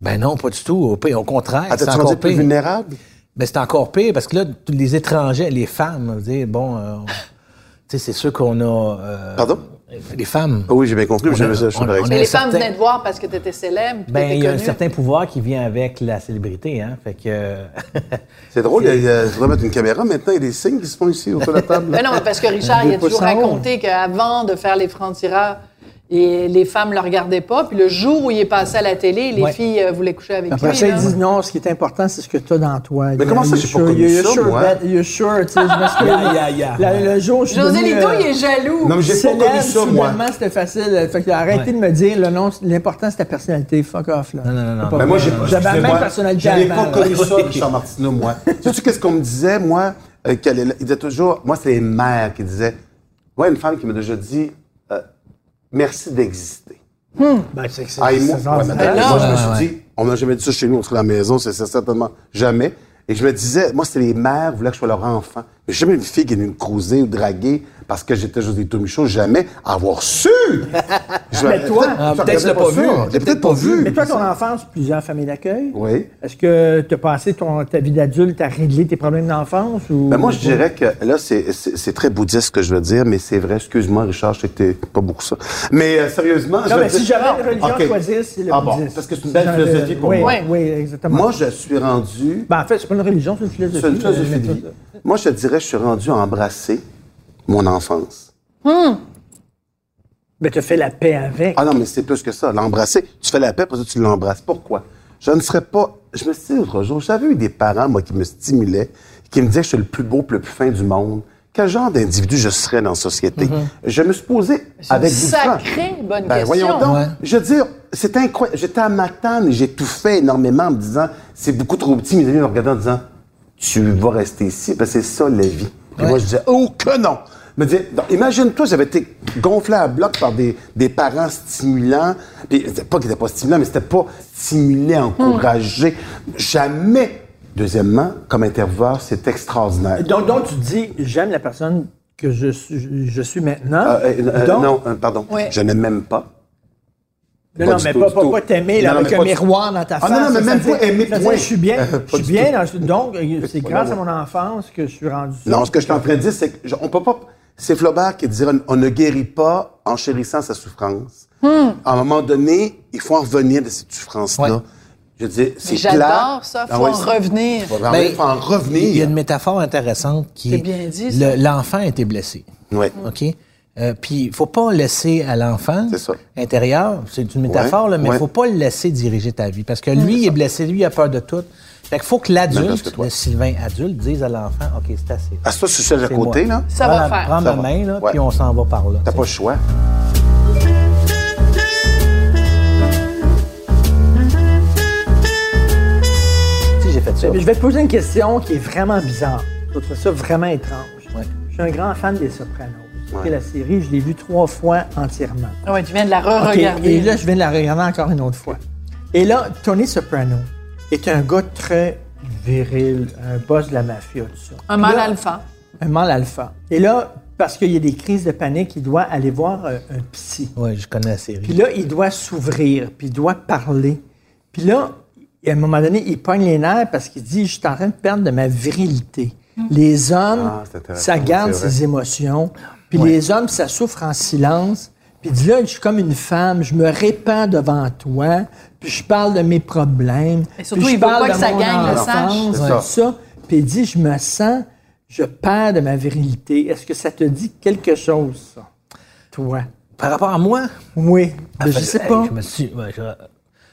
Speaker 2: Ben non, pas du tout. Au, pire, au contraire.
Speaker 7: Elle
Speaker 2: c'est
Speaker 7: t'a
Speaker 2: encore
Speaker 7: Ah, rendu plus
Speaker 2: pire.
Speaker 7: vulnérable?
Speaker 2: Mais c'est encore pire parce que là, tous les étrangers, les femmes, vous dire, bon, euh, on- tu sais, c'est sûr qu'on a. euh,
Speaker 7: Pardon?
Speaker 2: Les femmes.
Speaker 7: Ah oui, j'ai bien compris. mais
Speaker 2: On
Speaker 7: j'avais
Speaker 2: a-
Speaker 7: ça, je suis
Speaker 2: on- on
Speaker 7: pas avec
Speaker 3: Mais
Speaker 2: a-
Speaker 3: les
Speaker 7: ça.
Speaker 2: un Ben,
Speaker 3: femmes
Speaker 2: certain-
Speaker 3: venaient te voir parce que tu étais célèbre. puis
Speaker 2: Ben,
Speaker 3: t'étais
Speaker 2: il y a un
Speaker 3: connu.
Speaker 2: certain pouvoir qui vient avec la célébrité, hein. Fait que.
Speaker 7: <laughs>
Speaker 2: euh,
Speaker 7: C'est drôle, il y a- il faudrait mettre une caméra. Maintenant, il y a des signes qui se font ici autour de la table.
Speaker 3: Ben non, mais parce que Richard,
Speaker 5: Des
Speaker 3: il a toujours
Speaker 5: poissons.
Speaker 3: raconté qu'avant de faire les francs-tireurs, et les femmes le regardaient pas. Puis le jour où il est passé à la télé, les
Speaker 2: Ouais.
Speaker 3: filles euh, voulaient coucher avec
Speaker 5: Après
Speaker 3: lui.
Speaker 5: ça, ils
Speaker 3: là.
Speaker 5: disent non, ce qui est important, c'est ce que tu as dans toi.
Speaker 7: Mais comment ça, j'ai pas connu ça, moi?
Speaker 5: You're sure, tu sais, je
Speaker 7: <laughs>
Speaker 5: m'excuse.
Speaker 2: Yeah, yeah, yeah.
Speaker 5: La- Le jour où je suis
Speaker 3: José
Speaker 5: devenu,
Speaker 3: Lito,
Speaker 5: euh,
Speaker 3: il est jaloux.
Speaker 7: Non, mais j'ai pas
Speaker 5: célèbre,
Speaker 7: connu ça, moi.
Speaker 5: soudainement, c'était facile. Fait que arrêtez de me dire, le nom, l'important, c'est ta personnalité. Fuck off, là.
Speaker 2: Non, non, non,
Speaker 5: C'est
Speaker 2: non.
Speaker 5: pas
Speaker 7: Mais Ben,
Speaker 5: vrai.
Speaker 7: moi, j'ai
Speaker 5: J'avais la
Speaker 7: excusez-moi,
Speaker 5: même personnalité
Speaker 7: J'avais pas
Speaker 5: avant, là.
Speaker 7: connu ça, Richard Martineau, moi.
Speaker 5: <laughs>
Speaker 7: Sais-tu qu'est-ce qu'on me disait, moi? euh, qu'elle est là- il disait toujours, moi, c'est les mères qui disaient. Moi, une femme qui m'a déjà dit, euh, merci d'exister.
Speaker 5: Ben, c'est que c'est-
Speaker 7: Ah, et moi,
Speaker 5: c'est-
Speaker 7: ouais,
Speaker 5: c'est-
Speaker 7: madame,
Speaker 3: là.
Speaker 7: moi, je me suis
Speaker 2: Hmm. Ouais,
Speaker 7: dit, on n'a jamais dit ça chez nous, on serait à la maison, c'est c'est certainement jamais. Et je me disais, moi, c'était les mères voulaient que je sois leur enfant. Mais j'ai jamais une fille qui est venue me croiser ou draguer parce que j'étais José Tomichaud, jamais avoir
Speaker 5: <laughs>
Speaker 7: su! Je me-
Speaker 5: toi,
Speaker 2: ah,
Speaker 7: je
Speaker 2: peut-être
Speaker 7: regardais
Speaker 2: tu l'as pas vu.
Speaker 7: ça, Je l'ai peut-être pas vu.
Speaker 5: Mais toi, ton enfance, plusieurs familles d'accueil.
Speaker 7: Oui.
Speaker 5: Est-ce que tu as passé ton, ta vie d'adulte à régler tes problèmes d'enfance ou.
Speaker 7: Ben moi, je dirais que là, c'est- c'est c'est très bouddhiste ce que je veux dire, mais c'est vrai. Excuse-moi, Richard, j'étais pas beaucoup ça. Mais euh, sérieusement, je
Speaker 5: Non,
Speaker 7: veux
Speaker 5: mais si
Speaker 7: dire- Ah,
Speaker 5: j'avais une religion
Speaker 7: Ok.
Speaker 5: à choisir, c'est le
Speaker 7: Ah bon,
Speaker 5: bouddhisme.
Speaker 7: parce que c'est une belle
Speaker 5: Genre de-
Speaker 7: philosophie pour
Speaker 5: oui,
Speaker 7: moi.
Speaker 5: Oui, exactement.
Speaker 7: Moi, je suis rendu.
Speaker 5: Ben, en fait, c'est pas une religion, c'est une philosophie.
Speaker 7: c'est une philosophie
Speaker 5: mais-
Speaker 7: de vie. Moi, je te dirais, je suis rendu à embrasser mon enfance.
Speaker 5: Mais tu fait la paix avec.
Speaker 7: Ah non, mais c'est plus que ça. L'embrasser, tu fais la paix parce que tu l'embrasses. Pourquoi? Je ne serais pas. Je me suis dit l'autre jour, j'avais eu des parents, moi, qui me stimulaient, qui me disaient que je suis le plus beau, puis le plus fin du monde. Quel genre d'individu je serais dans la société? Je me suis posé avec du franc.
Speaker 3: Sacrée bonne
Speaker 7: Ben,
Speaker 3: question.
Speaker 7: voyons donc.
Speaker 2: Ouais.
Speaker 7: Je veux dire, c'est incroyable. J'étais à Matane et j'ai tout fait énormément en me disant, c'est beaucoup trop petit. Mes amis me regardaient en disant, tu vas rester ici, parce que c'est ça la vie. Puis
Speaker 2: Ouais.
Speaker 7: moi, je disais, oh que non! Je Me disais, non, imagine-toi, j'avais été gonflé à bloc par des, des parents stimulants. Puis, c'était pas qu'ils n'étaient pas stimulants, mais c'était pas stimulé, encouragé. Jamais. Deuxièmement, comme intervieweur, c'est extraordinaire.
Speaker 5: Donc, donc, tu dis, j'aime la personne que je, suis- je suis maintenant.
Speaker 7: Euh, euh, euh,
Speaker 5: donc,
Speaker 7: non, euh, pardon.
Speaker 3: Ouais.
Speaker 7: Je ne m'aime pas.
Speaker 5: Non, non,
Speaker 7: du
Speaker 5: mais
Speaker 7: tout,
Speaker 5: pas,
Speaker 7: du
Speaker 5: pas,
Speaker 7: tout.
Speaker 5: pas t'aimer là,
Speaker 7: Non, non,
Speaker 5: avec
Speaker 7: mais
Speaker 5: un
Speaker 7: pas du-
Speaker 5: miroir dans ta
Speaker 7: Ah,
Speaker 5: face.
Speaker 7: non, non, mais
Speaker 5: ça
Speaker 7: même
Speaker 5: fait-
Speaker 7: pas aimer,
Speaker 5: ça fait-
Speaker 7: point.
Speaker 5: Je suis bien.
Speaker 7: <laughs> Pas
Speaker 5: Je suis
Speaker 7: du
Speaker 5: bien.
Speaker 7: tout.
Speaker 5: dans ce- Donc, euh, c'est
Speaker 7: Pas
Speaker 5: grâce à
Speaker 7: d'amour.
Speaker 5: mon enfance que je suis rendu. ça.
Speaker 7: Non, ce que je suis en train de dire, c'est que je- on peut pas. C'est Flaubert qui disait on ne guérit pas en chérissant sa souffrance.
Speaker 3: Hmm.
Speaker 7: À un moment donné, il faut en revenir de cette souffrance-là.
Speaker 2: Ouais.
Speaker 7: Je dis, c'est
Speaker 3: J'adore
Speaker 7: clair.
Speaker 3: ça. Faut
Speaker 7: Ah ouais,
Speaker 3: en
Speaker 7: c'est-
Speaker 3: revenir.
Speaker 7: Faut en-
Speaker 2: Ben,
Speaker 7: faut en
Speaker 2: Il y a
Speaker 7: revenir.
Speaker 2: une métaphore intéressante qui
Speaker 3: C'est
Speaker 2: est
Speaker 3: bien dit, ça.
Speaker 2: le- l'enfant a été blessé.
Speaker 7: Ouais.
Speaker 2: OK? Euh, Puis, il ne faut pas laisser à l'enfant
Speaker 7: C'est ça.
Speaker 2: intérieur, c'est une métaphore,
Speaker 7: Ouais,
Speaker 2: là, mais il
Speaker 7: ouais.
Speaker 2: faut pas le laisser diriger ta vie. Parce que lui, il est blessé, lui, il a peur de tout. Fait qu'il faut que
Speaker 7: Même que
Speaker 2: l'adulte,
Speaker 7: toi.
Speaker 2: le Sylvain adulte, dise à l'enfant OK, c'est assez.
Speaker 7: Ah, ça, c'est celle à
Speaker 2: C'est
Speaker 7: côté,
Speaker 2: moi.
Speaker 7: là.
Speaker 3: Ça va
Speaker 2: Prends la-
Speaker 3: faire.
Speaker 2: Prends
Speaker 7: Ça
Speaker 2: ma
Speaker 7: va.
Speaker 2: main, là,
Speaker 7: Ouais.
Speaker 2: puis on s'en va par là.
Speaker 7: T'as
Speaker 2: tu
Speaker 7: pas le choix.
Speaker 2: sais, j'ai fait ça.
Speaker 5: Mais je vais te poser une question qui est vraiment bizarre. Je trouve ça vraiment étrange.
Speaker 2: Ouais.
Speaker 5: Je suis un grand fan des Sopranos.
Speaker 7: Ouais.
Speaker 5: Et La série, je l'ai vue trois fois entièrement.
Speaker 3: Ah ouais, tu viens de la
Speaker 5: OK,
Speaker 3: re-regarder.
Speaker 5: Et là, je viens de la regarder encore une autre fois. Et là, Tony Soprano est un gars très viril, un boss de la mafia, tout ça.
Speaker 3: un mal
Speaker 5: Là,
Speaker 3: alpha.
Speaker 5: Un mâle alpha. Et là, parce qu'il y a des crises de panique, il doit aller voir euh, un psy.
Speaker 2: Oui, je connais la série.
Speaker 5: Puis là, il doit s'ouvrir, puis il doit parler. Puis là, à un moment donné, il pogne les nerfs parce qu'il dit, je suis en train de perdre de ma virilité.
Speaker 3: Mm.
Speaker 5: Les hommes,
Speaker 7: Ah, c'est intéressant,
Speaker 5: ça garde
Speaker 7: c'est vrai.
Speaker 5: ses émotions. Puis les hommes, ça souffre en silence. Puis il dit, là, je suis comme une femme, je me répands devant toi, puis je parle de mes problèmes.
Speaker 3: Et surtout,
Speaker 5: puis
Speaker 3: il
Speaker 5: je
Speaker 3: veut
Speaker 5: parle
Speaker 3: pas
Speaker 5: de
Speaker 3: que ça
Speaker 5: mon
Speaker 3: gagne le sache.
Speaker 5: enfance,
Speaker 7: C'est
Speaker 5: tout
Speaker 7: ça.
Speaker 5: ça. Puis il dit, je me sens, je perds de ma virilité. Est-ce que ça te dit quelque chose, ça, toi?
Speaker 2: Par rapport à moi,
Speaker 5: Oui,
Speaker 2: Ah,
Speaker 5: eh, mais je
Speaker 2: fait-
Speaker 5: sais
Speaker 2: hey,
Speaker 5: pas. Ben,
Speaker 2: je me suis- ouais, je-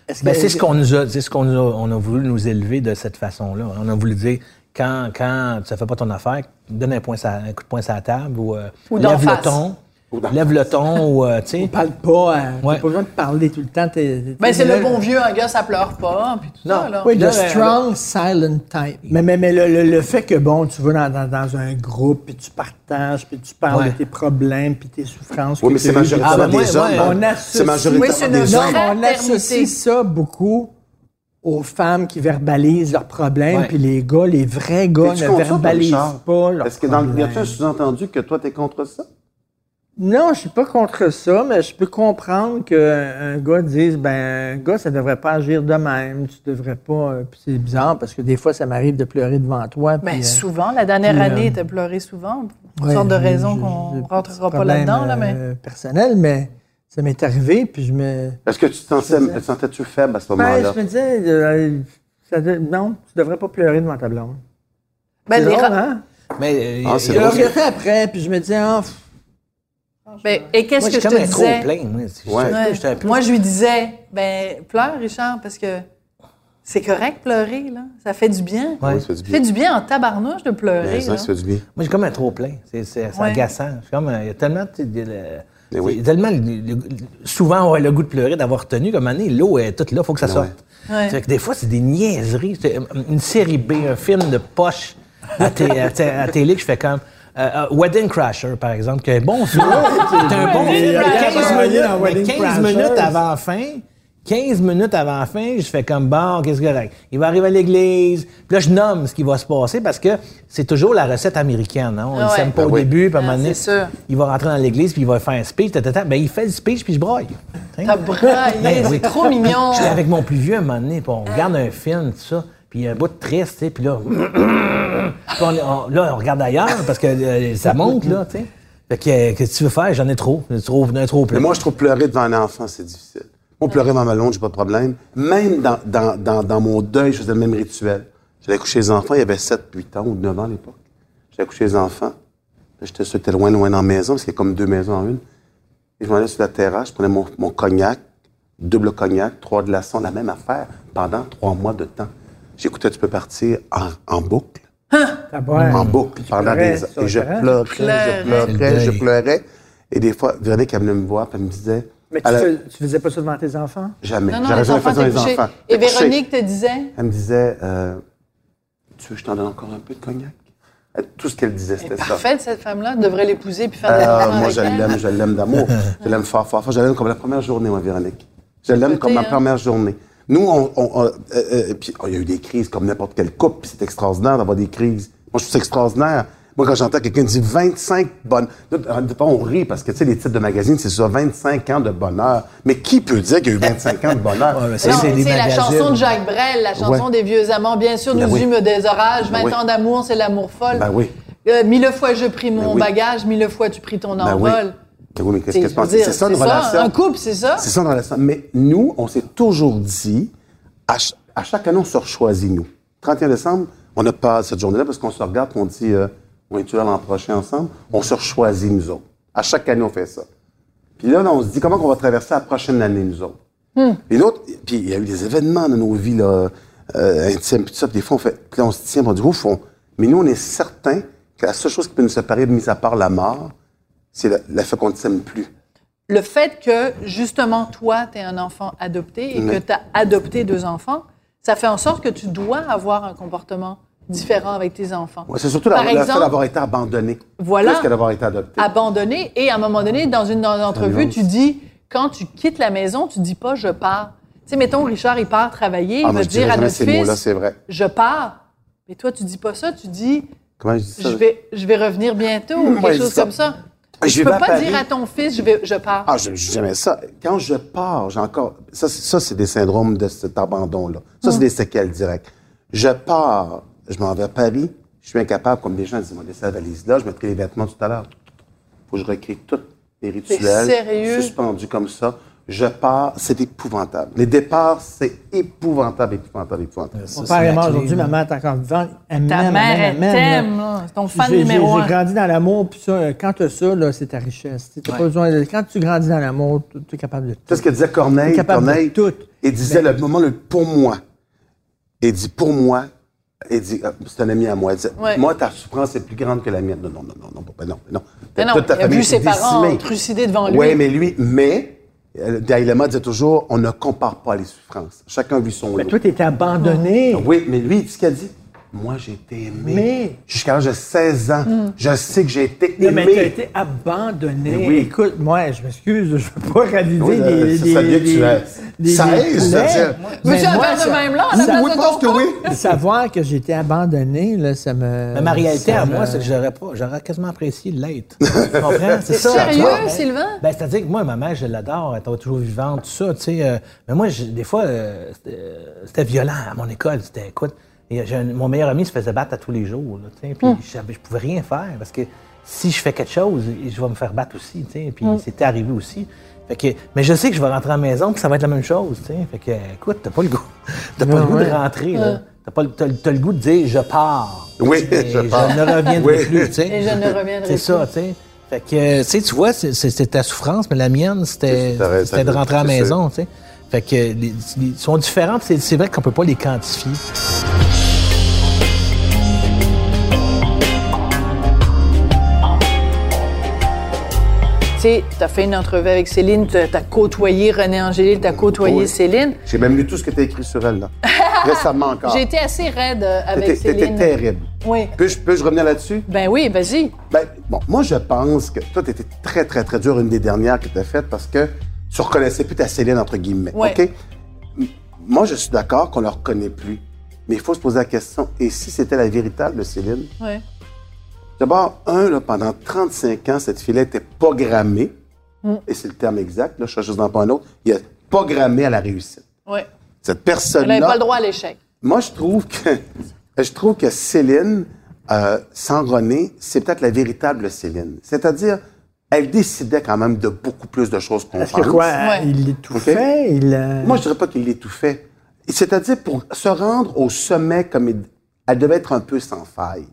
Speaker 5: Est-ce que-
Speaker 2: Ben, c'est ce qu'on nous a, c'est ce qu'on nous a- on a voulu nous élever de cette façon-là. On a voulu dire quand quand ça fait pas ton affaire, donne un point sa- un coup de poing sur la table ou, euh,
Speaker 3: Ou d'en
Speaker 2: lève le
Speaker 3: face.
Speaker 2: ton,
Speaker 7: Ou d'en
Speaker 2: lève le ton ou euh, tu <laughs> sais.
Speaker 5: parle pas, hein.
Speaker 2: Ouais.
Speaker 5: t'as pas besoin de parler tout le temps. t'es- t'es-
Speaker 3: Ben, c'est
Speaker 5: là-
Speaker 3: le bon vieux, un gars, ça pleure pas, puis tout ça, là.
Speaker 5: Oui,
Speaker 2: Là, euh,
Speaker 5: le
Speaker 2: là,
Speaker 5: strong silent type. Mais, mais, mais le, le- le fait que, bon, tu vas dans, dans- dans un groupe, puis tu partages, puis tu parles
Speaker 2: Ouais.
Speaker 5: de tes problèmes, puis tes souffrances.
Speaker 7: Oui,
Speaker 5: que
Speaker 7: mais c'est
Speaker 5: t'as eues.
Speaker 2: Ah, ben,
Speaker 7: majoritairement
Speaker 2: moi,
Speaker 7: des
Speaker 2: moi,
Speaker 7: hommes.
Speaker 2: on
Speaker 5: On
Speaker 7: hein. C'est
Speaker 5: associe,
Speaker 3: Oui,
Speaker 7: majoritairement
Speaker 3: c'est
Speaker 7: des
Speaker 3: notre-
Speaker 7: hommes.
Speaker 5: Non, on
Speaker 3: Fraternité.
Speaker 5: associe ça beaucoup aux femmes qui verbalisent leurs problèmes,
Speaker 2: Ouais.
Speaker 5: puis les gars, les vrais gars
Speaker 7: T'es-tu
Speaker 5: ne
Speaker 7: contre ça, toi,
Speaker 5: verbalisent
Speaker 7: Richard?
Speaker 5: pas leurs
Speaker 7: Est-ce que dans le y a-t-il un
Speaker 5: problèmes.
Speaker 7: sous-entendu que toi, t'es contre ça?
Speaker 5: Non, je suis pas contre ça, mais je peux comprendre qu'un gars dise ben un gars, ça devrait pas agir de même, tu devrais pas. euh, puis c'est bizarre parce que des fois, ça m'arrive de pleurer devant toi. puis,
Speaker 3: Ben,
Speaker 5: euh,
Speaker 3: souvent, la dernière
Speaker 5: puis, euh,
Speaker 3: année, t'as pleuré souvent. Une
Speaker 5: ouais,
Speaker 3: sorte de
Speaker 5: j'ai-
Speaker 3: raison
Speaker 5: j'ai- j'ai
Speaker 3: qu'on
Speaker 5: des
Speaker 3: rentrera
Speaker 5: petits
Speaker 3: pas là-dedans, là, mais.
Speaker 5: problèmes, euh, personnel, mais ça m'est arrivé, puis je me.
Speaker 7: Est-ce que tu te sens- te sentais-tu faible à ce
Speaker 5: Ben,
Speaker 7: moment-là?
Speaker 5: je me disais euh, ça de- non, tu devrais pas pleurer devant ta blonde.
Speaker 3: Ben,
Speaker 5: C'est
Speaker 3: les
Speaker 5: drôle,
Speaker 3: ra-
Speaker 5: hein?
Speaker 2: Mais euh,
Speaker 7: Ah, c'est
Speaker 2: il y a-
Speaker 5: Je le
Speaker 7: drôle.
Speaker 5: regrettais après, puis je me disais ah, pff, hein.
Speaker 3: ben, et qu'est-ce
Speaker 2: moi,
Speaker 3: que
Speaker 2: j'étais
Speaker 3: je
Speaker 2: comme
Speaker 3: te
Speaker 2: un trop
Speaker 3: disais?
Speaker 2: plein. moi. J'étais-
Speaker 7: Ouais.
Speaker 3: Ouais.
Speaker 2: j'étais un peu-
Speaker 3: Moi, je lui disais, ben, pleure, Richard, parce que c'est correct pleurer, là. Ça fait du bien.
Speaker 2: Ouais.
Speaker 7: Oui, ça fait du
Speaker 3: Ça fait
Speaker 7: bien.
Speaker 3: du bien en tabarnouche de pleurer.
Speaker 7: Ben,
Speaker 3: là.
Speaker 7: ça, ça fait du bien.
Speaker 2: Moi, j'ai comme un trop plein. C'est c'est- c'est
Speaker 3: Ouais.
Speaker 2: agaçant. C'est comme, euh, il y a tellement, tu sais, de- le-
Speaker 7: Eh oui.
Speaker 2: il y a tellement le- le- le- souvent on a le goût de pleurer, d'avoir retenu. Comme année, l'eau est toute là, faut que ça sorte.
Speaker 3: Ouais.
Speaker 2: Fait que des fois, c'est des niaiseries. C'est, euh, Une série B, un film de poche à, té- à té- à télé que je fais comme. euh, euh, Wedding Crasher, par exemple, qui est un bon film.
Speaker 5: <laughs>
Speaker 2: c'est un bon film.
Speaker 5: Wedding
Speaker 2: mais 15
Speaker 5: Crasher.
Speaker 2: minutes,
Speaker 5: Dans
Speaker 2: mais
Speaker 5: Wedding
Speaker 2: 15
Speaker 5: Crasher.
Speaker 2: minutes avant la fin, 15 minutes avant la fin, je fais comme bon, qu'est-ce que correct. Il va arriver à l'église, puis là, je nomme ce qui va se passer parce que c'est toujours la recette américaine. hein. On ne
Speaker 3: Ah ouais.
Speaker 2: s'aime pas
Speaker 7: Ben
Speaker 2: au
Speaker 7: oui.
Speaker 2: début, puis à un moment
Speaker 3: Ah,
Speaker 2: donné,
Speaker 3: c'est sûr.
Speaker 2: il va rentrer dans l'église, puis il va faire un speech, tata, ben, il fait le speech, puis je broille. Hein?
Speaker 3: T'as braillé,
Speaker 2: <laughs> Ben
Speaker 3: c'est
Speaker 2: oui.
Speaker 3: trop mignon.
Speaker 2: J'étais avec mon plus vieux un moment donné, puis on regarde un film, tout ça, puis il y a un bout de triste, tu sais, puis là, <clears throat> puis on- on- là, on regarde ailleurs parce que euh, ça monte, là, tu sais. Fait que, euh, qu'est-ce que tu veux faire? J'en ai trop. J'en ai trop, j'en ai trop plein.
Speaker 7: Mais moi, je trouve pleurer devant un enfant, c'est difficile. Moi, pleurer devant ma blonde, j'ai pas de problème. Même dans, dans, dans, dans mon deuil, je faisais le même rituel. J'allais coucher les enfants, il y avait 7, 8 ans ou 9 ans à l'époque. J'allais coucher les enfants. Là, J'étais sûr que t'es loin, loin dans la maison, parce qu'il y a comme deux maisons en une. Et je m'en allais sur la terrasse, je prenais mon, mon cognac, double cognac, trois glaçons, la même affaire, pendant trois mois de temps. J'écoutais Tu peux partir en, en boucle,
Speaker 5: t'as beau-
Speaker 7: en boucle, pendant
Speaker 5: pleurais
Speaker 7: des
Speaker 5: sur
Speaker 7: Et
Speaker 5: le
Speaker 7: je
Speaker 5: terrain?
Speaker 7: pleurais,
Speaker 3: Pleurais.
Speaker 7: je pleurais,
Speaker 2: C'est le
Speaker 7: je
Speaker 2: deuil.
Speaker 7: pleurais. Et des fois, Véronique, elle venait me voir, puis elle me disait...
Speaker 5: Mais tu,
Speaker 7: Elle a-
Speaker 5: fais- tu faisais pas ça devant tes enfants?
Speaker 7: Jamais.
Speaker 3: Non, non,
Speaker 7: J'aurais
Speaker 3: les
Speaker 7: jamais
Speaker 3: enfants,
Speaker 7: fait ça
Speaker 3: t'es
Speaker 7: les
Speaker 3: couché.
Speaker 7: enfants.
Speaker 3: Et
Speaker 7: Couché.
Speaker 3: Véronique te disait,
Speaker 7: Elle me disait, euh, tu veux que je t'en donne encore un peu de cognac? Euh, Tout ce qu'elle disait,
Speaker 3: Eh,
Speaker 7: c'était ça.
Speaker 3: parfaite, cette femme-là, devrait l'épouser puis faire de
Speaker 7: Ah,
Speaker 3: la
Speaker 7: moi,
Speaker 3: avec
Speaker 7: je
Speaker 3: elle.
Speaker 7: l'aime, je l'aime d'amour. je l'aime fort, fort, fort. Je l'aime comme la première journée, moi, Véronique. Je l'aime
Speaker 3: Côté,
Speaker 7: comme ma
Speaker 3: hein.
Speaker 7: première journée. Nous, on, on- on- euh, euh, puis, oh, il y a eu des crises comme n'importe quel couple, puis c'est extraordinaire d'avoir des crises. Moi, je trouve ça extraordinaire. Moi, quand j'entends quelqu'un dire 25 bonnes. Là, d- on rit parce que, tu sais, les titres de magazines, c'est ça, 25 ans de bonheur. Mais qui peut dire qu'il y a eu 25 ans de bonheur?
Speaker 2: Ouais, Ah, mais
Speaker 3: Non,
Speaker 2: c'est
Speaker 3: mais
Speaker 2: des
Speaker 3: tu sais, la
Speaker 2: magazines.
Speaker 3: chanson de Jacques Brel, la chanson
Speaker 7: Ouais.
Speaker 3: des vieux amants, bien sûr,
Speaker 7: Ben
Speaker 3: nous
Speaker 7: oui.
Speaker 3: hume des orages,
Speaker 7: Ben
Speaker 3: 20
Speaker 7: oui.
Speaker 3: ans d'amour, c'est l'amour folle.
Speaker 7: Ben oui. Ben
Speaker 3: Euh, mille fois je pris mon
Speaker 7: oui.
Speaker 3: bagage, mille fois tu pris ton
Speaker 7: Ben oui.
Speaker 3: envol.
Speaker 7: Ben oui, mais qu'est-ce
Speaker 3: C'est-
Speaker 7: que tu
Speaker 3: je veux
Speaker 7: penses?
Speaker 3: dire,
Speaker 7: C'est ça une relation.
Speaker 3: Un couple, c'est ça?
Speaker 7: C'est ça une relation. Mais nous, on s'est toujours dit, à, ch- à chaque année, on se choisit, nous. 31 décembre, on n'a pas cette journée-là parce qu'on se regarde et on dit, euh, on est-tu là l'an prochain ensemble? On se choisit, nous autres. À chaque année, on fait ça. Puis là, là, on se dit, comment on va traverser la prochaine année, nous autres? Puis l'autre, puis il y a eu des événements dans nos vies là, euh, intimes, puis tout ça. Puis des fois, on fait, puis là, on se tient, puis on dit, ouf, on- mais nous, on est certain que la seule chose qui peut nous séparer, mis à part la mort, c'est le, le fait qu'on ne s'aime plus.
Speaker 3: Le fait que, justement, toi, tu es un enfant adopté et
Speaker 7: Mm.
Speaker 3: que tu as adopté deux enfants, ça fait en sorte que tu dois avoir un comportement différent avec tes enfants.
Speaker 7: Ouais, c'est surtout la,
Speaker 3: Par
Speaker 7: le fait
Speaker 3: exemple-
Speaker 7: d'avoir été abandonné.
Speaker 3: Voilà.
Speaker 7: Plus que d'avoir été adopté.
Speaker 3: abandonné. Et à un moment donné, dans une, dans une entrevue, tu dis, quand tu quittes la maison, tu dis pas je pars. Tu sais, mettons, Richard, il part travailler,
Speaker 7: Ah,
Speaker 3: il
Speaker 7: moi,
Speaker 3: va
Speaker 7: je dirais
Speaker 3: dire à
Speaker 7: jamais
Speaker 3: notre
Speaker 7: ces mots-là,
Speaker 3: fils,
Speaker 7: c'est vrai.
Speaker 3: je pars. Mais toi, tu dis pas ça, tu dis,
Speaker 7: Comment je dis ça?
Speaker 3: je vais, je vais revenir bientôt, ou
Speaker 7: Ouais,
Speaker 3: quelque chose
Speaker 7: c'est ça.
Speaker 3: comme ça.
Speaker 7: Je
Speaker 3: Tu
Speaker 7: vais
Speaker 3: peux
Speaker 7: à
Speaker 3: pas
Speaker 7: Paris.
Speaker 3: dire à ton fils, je, vais, je pars.
Speaker 7: Ah, je je dis jamais ça. Quand je pars, j'ai encore. Ça, c'est- ça, c'est des syndromes de cet abandon-là. Ça,
Speaker 3: Mm.
Speaker 7: c'est des séquelles directes. Je pars, je m'en vais à Paris, je suis incapable, comme des gens disent, moi, laisser la valise-là, je mettrai les vêtements tout à l'heure. faut que je recrée tous les rituels.
Speaker 3: sérieux?
Speaker 7: Suspendus comme ça. Je pars, c'est épouvantable. Les départs, c'est épouvantable, épouvantable, épouvantable.
Speaker 5: Mon père est mort aujourd'hui, ma mère est encore vivante. Elle
Speaker 3: Ta
Speaker 5: m'aime,
Speaker 3: mère,
Speaker 5: elle
Speaker 3: elle
Speaker 5: m'aime, elle
Speaker 3: t'aime,
Speaker 5: m'aime. là.
Speaker 3: là. C'est ton fan
Speaker 5: J'ai- j'ai-
Speaker 3: numéro
Speaker 5: J'ai
Speaker 3: un.
Speaker 5: grandi dans l'amour, puis ça, euh, quand t'as ça, là, c'est ta richesse. Tu sais, T'as pas besoin de- Quand tu grandis dans l'amour, tu- t'es capable de
Speaker 7: C'est
Speaker 5: tout.
Speaker 7: ce que disait Corneille.
Speaker 5: T'es capable de
Speaker 7: Corneille,
Speaker 5: tout.
Speaker 7: Il disait le moment le pour moi. Il dit pour moi. Il dit euh, c'est un ami à moi. Il dit,
Speaker 3: Ouais.
Speaker 7: moi ta souffrance est plus grande que la mienne. Non non non non non pas- non non.
Speaker 3: Mais non,
Speaker 7: Toute ta
Speaker 3: il a
Speaker 7: famille
Speaker 3: vu ses
Speaker 7: est
Speaker 3: parents
Speaker 7: décimée.
Speaker 3: trucidés devant lui.
Speaker 7: Ouais, mais lui mais euh, Dalai Lama disait toujours on ne compare pas les souffrances. Chacun vit son
Speaker 5: Mais
Speaker 7: lot.
Speaker 5: toi, t'es abandonné.
Speaker 7: Oui, mais lui, il dit ce qu'il a dit. Moi, j'ai été aimé.
Speaker 5: Mais-
Speaker 7: Jusqu'à l'âge de 16 ans,
Speaker 3: Hmm.
Speaker 7: je sais que j'ai été
Speaker 5: Non,
Speaker 7: aimé.
Speaker 5: mais t'as été abandonné.
Speaker 7: Mais oui.
Speaker 5: Écoute, moi, je m'excuse, je veux pas réaliser
Speaker 7: Oui, là,
Speaker 5: des,
Speaker 7: ça
Speaker 5: des,
Speaker 7: serait bien que
Speaker 5: des-
Speaker 7: tu aies-
Speaker 5: des-
Speaker 7: Ça
Speaker 5: des
Speaker 7: aide,
Speaker 5: poulets.
Speaker 7: c'est-à-dire-
Speaker 5: Mais
Speaker 3: Monsieur
Speaker 5: moi,
Speaker 3: Appel de
Speaker 5: ça-
Speaker 3: même là, à la
Speaker 5: ça-
Speaker 3: place
Speaker 7: Oui,
Speaker 3: de
Speaker 7: je pense
Speaker 3: ton
Speaker 7: que oui.
Speaker 5: Savoir que j'étais abandonné, là, ça me.
Speaker 2: Mais ma réalité
Speaker 5: ça
Speaker 2: à
Speaker 5: me-
Speaker 2: moi, Euh, c'est que j'aurais pas, j'aurais quasiment apprécié <laughs> l'être. tu comprends? C'est ça.
Speaker 3: sérieux,
Speaker 2: tu vois?
Speaker 3: Sylvain?
Speaker 2: Ben, c'est-à-dire que moi, ma mère, je l'adore, elle est toujours vivante, tout ça, tu sais. euh, mais moi, je- des fois, euh, c'était, euh, c'était violent à mon école. C'était, écoute, et euh, j'ai un- mon meilleur ami se faisait battre à tous les jours, là, tu sais. Puis je, savais- je pouvais rien faire parce que si je fais quelque chose, je vais me faire battre aussi, tu sais. Puis c'était arrivé aussi. Fait que, mais je sais que je vais rentrer à la maison, puis ça va être la même chose, tu sais. Fait que, écoute, t'as pas le goût, <laughs> t'as pas le goût de rentrer, là. T'as, pas, le- t'as le- t'as le goût de dire, je pars.
Speaker 7: Oui,
Speaker 2: Et
Speaker 7: je pars.
Speaker 2: ne reviendrai
Speaker 7: Oui.
Speaker 2: plus, tu sais.
Speaker 3: Et je ne reviendrai
Speaker 2: C'est ça, tu sais. Fait que, euh, tu sais, tu vois, c'est- c'est- c'était ta souffrance, mais la mienne, c'était
Speaker 7: T'as raison,
Speaker 2: c'était de rentrer à la
Speaker 7: c'est
Speaker 2: maison, tu sais. Fait que, les- les- ils sont différents, puis c'est c'est vrai qu'on peut pas les quantifier.
Speaker 3: Tu sais, t'as fait une entrevue avec Céline, t'as t'as côtoyé René Angélil, t'as côtoyé
Speaker 7: Oui.
Speaker 3: Céline.
Speaker 7: J'ai même lu tout ce que tu as écrit sur
Speaker 3: <laughs>
Speaker 7: elle, là. Récemment encore.
Speaker 3: J'ai été assez raide euh,
Speaker 7: T'étais
Speaker 3: avec
Speaker 7: t'étais
Speaker 3: Céline.
Speaker 7: terrible.
Speaker 3: Oui.
Speaker 7: Peux-je peux revenir là-dessus?
Speaker 3: Ben oui, vas-y.
Speaker 7: Ben, bon, moi, je pense que toi, t'étais très, très, très dur, une des dernières que t'as faites, parce que tu reconnaissais plus ta Céline, entre guillemets.
Speaker 3: Ouais.
Speaker 7: OK? M- Moi, je suis d'accord qu'on ne la reconnaît plus. Mais il faut se poser la question, et si c'était la véritable Céline?
Speaker 3: Ouais.
Speaker 7: D'abord, un, là, pendant 35 ans, cette fille-là était programmée,
Speaker 3: Mm.
Speaker 7: et c'est le terme exact, là, je cherche juste dans pas un autre, il a programmé à la réussite.
Speaker 3: Ouais.
Speaker 7: Cette
Speaker 3: Elle n'avait
Speaker 7: personne-là...
Speaker 3: pas le droit à l'échec.
Speaker 7: Moi, je trouve que <laughs> je trouve que Céline, euh, sans René, c'est peut-être la véritable Céline. C'est-à-dire, elle décidait quand même de beaucoup plus de choses qu'on pense.
Speaker 5: Parce que quoi,
Speaker 3: Ouais.
Speaker 5: il l'étouffait,
Speaker 7: Ok.
Speaker 5: il. euh,
Speaker 7: Moi, je dirais pas qu'il l'étouffait. C'est-à-dire, pour se rendre au sommet, comme il- elle devait être un peu sans faille,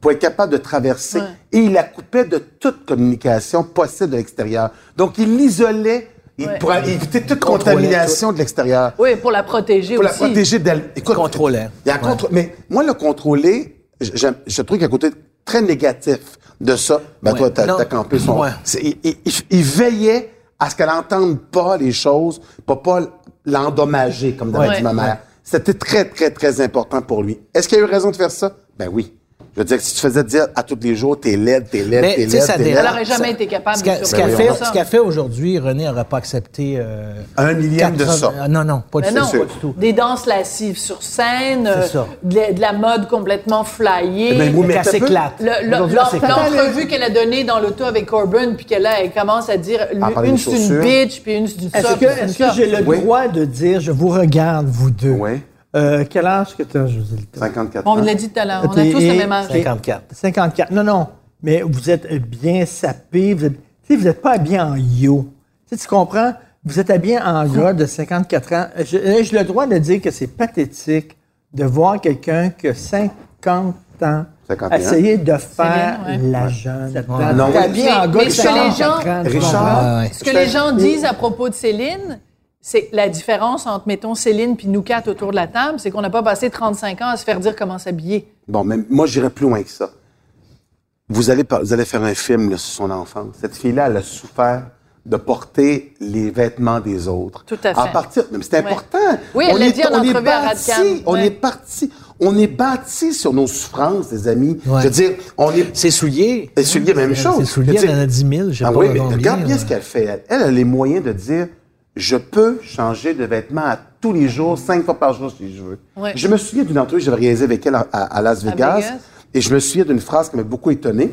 Speaker 7: pour être capable de traverser. Et il la coupait de toute communication possible de l'extérieur. Donc, il l'isolait il-
Speaker 3: Ouais.
Speaker 7: pour éviter toute
Speaker 2: Contrôlait
Speaker 7: contamination de l'extérieur.
Speaker 3: Oui, pour la protéger
Speaker 7: Pour la
Speaker 3: aussi.
Speaker 7: protéger d'elle. Écoute,
Speaker 2: Contrôlait.
Speaker 7: il y a un contrô- Mais moi, le contrôler, j- j'aime- je trouve qu'il y a un côté très négatif de ça. Ben,
Speaker 2: Ouais.
Speaker 7: toi, t'as
Speaker 2: Non.
Speaker 7: t'as campé son.
Speaker 2: Ouais.
Speaker 7: C'est- Il, il- il- il veillait à ce qu'elle n'entende pas les choses, pour pas l'endommager, comme d'avait
Speaker 3: Ouais.
Speaker 7: dit ma mère. C'était très, très, très important pour lui. Est-ce qu'il a eu raison de faire ça? Ben oui. Je veux dire que si tu faisais dire à tous les jours, t'es laide, t'es laide,
Speaker 2: Mais,
Speaker 7: t'es
Speaker 2: tu sais,
Speaker 7: laide,
Speaker 2: ça
Speaker 7: t'es
Speaker 2: dérange.
Speaker 3: Elle
Speaker 7: laide.
Speaker 3: aurait jamais été capable
Speaker 2: Ce qu'a-
Speaker 3: de
Speaker 2: ce qu'elle
Speaker 3: survivre
Speaker 2: fait,
Speaker 3: à ça.
Speaker 2: ce qu'elle fait aujourd'hui, René n'aurait pas accepté. euh,
Speaker 7: Un millième de
Speaker 2: 80
Speaker 7: ça.
Speaker 2: Ah, Non, non, pas du
Speaker 3: Mais
Speaker 2: tout.
Speaker 3: Ben non,
Speaker 2: pas du tout.
Speaker 3: des danses lascives sur scène, euh,
Speaker 2: ça.
Speaker 3: de, la- de la mode complètement flyée.
Speaker 7: Mais moi,
Speaker 2: Mais
Speaker 7: mais
Speaker 2: qu'elle
Speaker 7: t'as peu-
Speaker 2: s'éclate.
Speaker 3: Le- le-
Speaker 2: Aujourd'hui, elle
Speaker 3: l'en-
Speaker 2: s'éclate.
Speaker 3: L'entrevue qu'elle a donnée dans l'auto avec Corbin, puis qu'elle a- elle commence à dire
Speaker 7: À parler
Speaker 3: une
Speaker 7: des
Speaker 3: c'est une
Speaker 7: chaussures.
Speaker 3: bitch, puis une c'est une
Speaker 5: Est-ce
Speaker 3: ça,
Speaker 5: que,
Speaker 3: puis une
Speaker 5: est-ce
Speaker 3: ça.
Speaker 5: que j'ai le
Speaker 7: Oui.
Speaker 5: droit de dire, je vous regarde, vous deux?
Speaker 7: Oui.
Speaker 5: Euh, quel âge que tu as, José Lito?
Speaker 7: 54
Speaker 3: On
Speaker 7: ans.
Speaker 3: l'a dit tout à l'heure, on a
Speaker 5: T'es-
Speaker 3: tous le même âge.
Speaker 5: t'es-
Speaker 2: 54.
Speaker 5: 54. Non, non. Mais vous êtes bien sapé. Vous êtes, tu sais, vous n'êtes pas habillé en yo. Tu, sais, tu comprends? Vous êtes habillé en gars de 54 ans. Je- euh, J'ai le droit de dire que c'est pathétique de voir quelqu'un qui a 50 ans
Speaker 7: 51.
Speaker 5: essayer de faire
Speaker 3: bien,
Speaker 5: la jeune.
Speaker 7: Non,
Speaker 5: T'es
Speaker 7: oui.
Speaker 5: habillé en
Speaker 3: Mais-
Speaker 5: gars
Speaker 3: mais
Speaker 5: de
Speaker 3: ce que les
Speaker 5: 54 ans. tu
Speaker 7: Richard,
Speaker 5: comprends?
Speaker 2: Ouais, ouais.
Speaker 3: Ce que les gens disent à propos de Céline, c'est la différence entre, mettons, Céline puis nous quatre autour de la table, c'est qu'on n'a pas passé 35 ans à se faire dire comment s'habiller.
Speaker 7: Bon, mais moi, j'irais plus loin que ça. Vous allez, par- vous allez faire un film là, sur son enfance. Cette fille-là, elle a souffert de porter les vêtements des autres.
Speaker 3: Tout à fait.
Speaker 7: À partir, mais c'est
Speaker 3: Ouais.
Speaker 7: important.
Speaker 3: Oui, elle
Speaker 7: On
Speaker 3: l'a
Speaker 7: est-
Speaker 3: dit en
Speaker 7: on est
Speaker 3: entrevue à
Speaker 7: bâti-
Speaker 3: Radcam.
Speaker 7: On
Speaker 3: Ouais.
Speaker 7: est parti, on est bâti sur nos souffrances, les amis.
Speaker 2: Ouais.
Speaker 7: Je veux dire, on est.
Speaker 2: Ses souliers.
Speaker 7: Les souliers, même chose.
Speaker 2: Ses souliers,
Speaker 7: Je veux
Speaker 2: elle en a 10 000, je sais
Speaker 7: ah
Speaker 2: pas
Speaker 7: oui, mais
Speaker 2: combien,
Speaker 7: regarde bien
Speaker 2: là.
Speaker 7: ce qu'elle fait. Elle, elle a les moyens de dire je peux changer de vêtements à tous les jours, cinq fois par jour si je veux.
Speaker 3: Ouais.
Speaker 7: Je me souviens d'une entrevue que j'avais réalisée avec elle à, à- à Las Vegas,
Speaker 3: Vegas.
Speaker 7: et je me souviens d'une phrase qui m'a beaucoup étonné.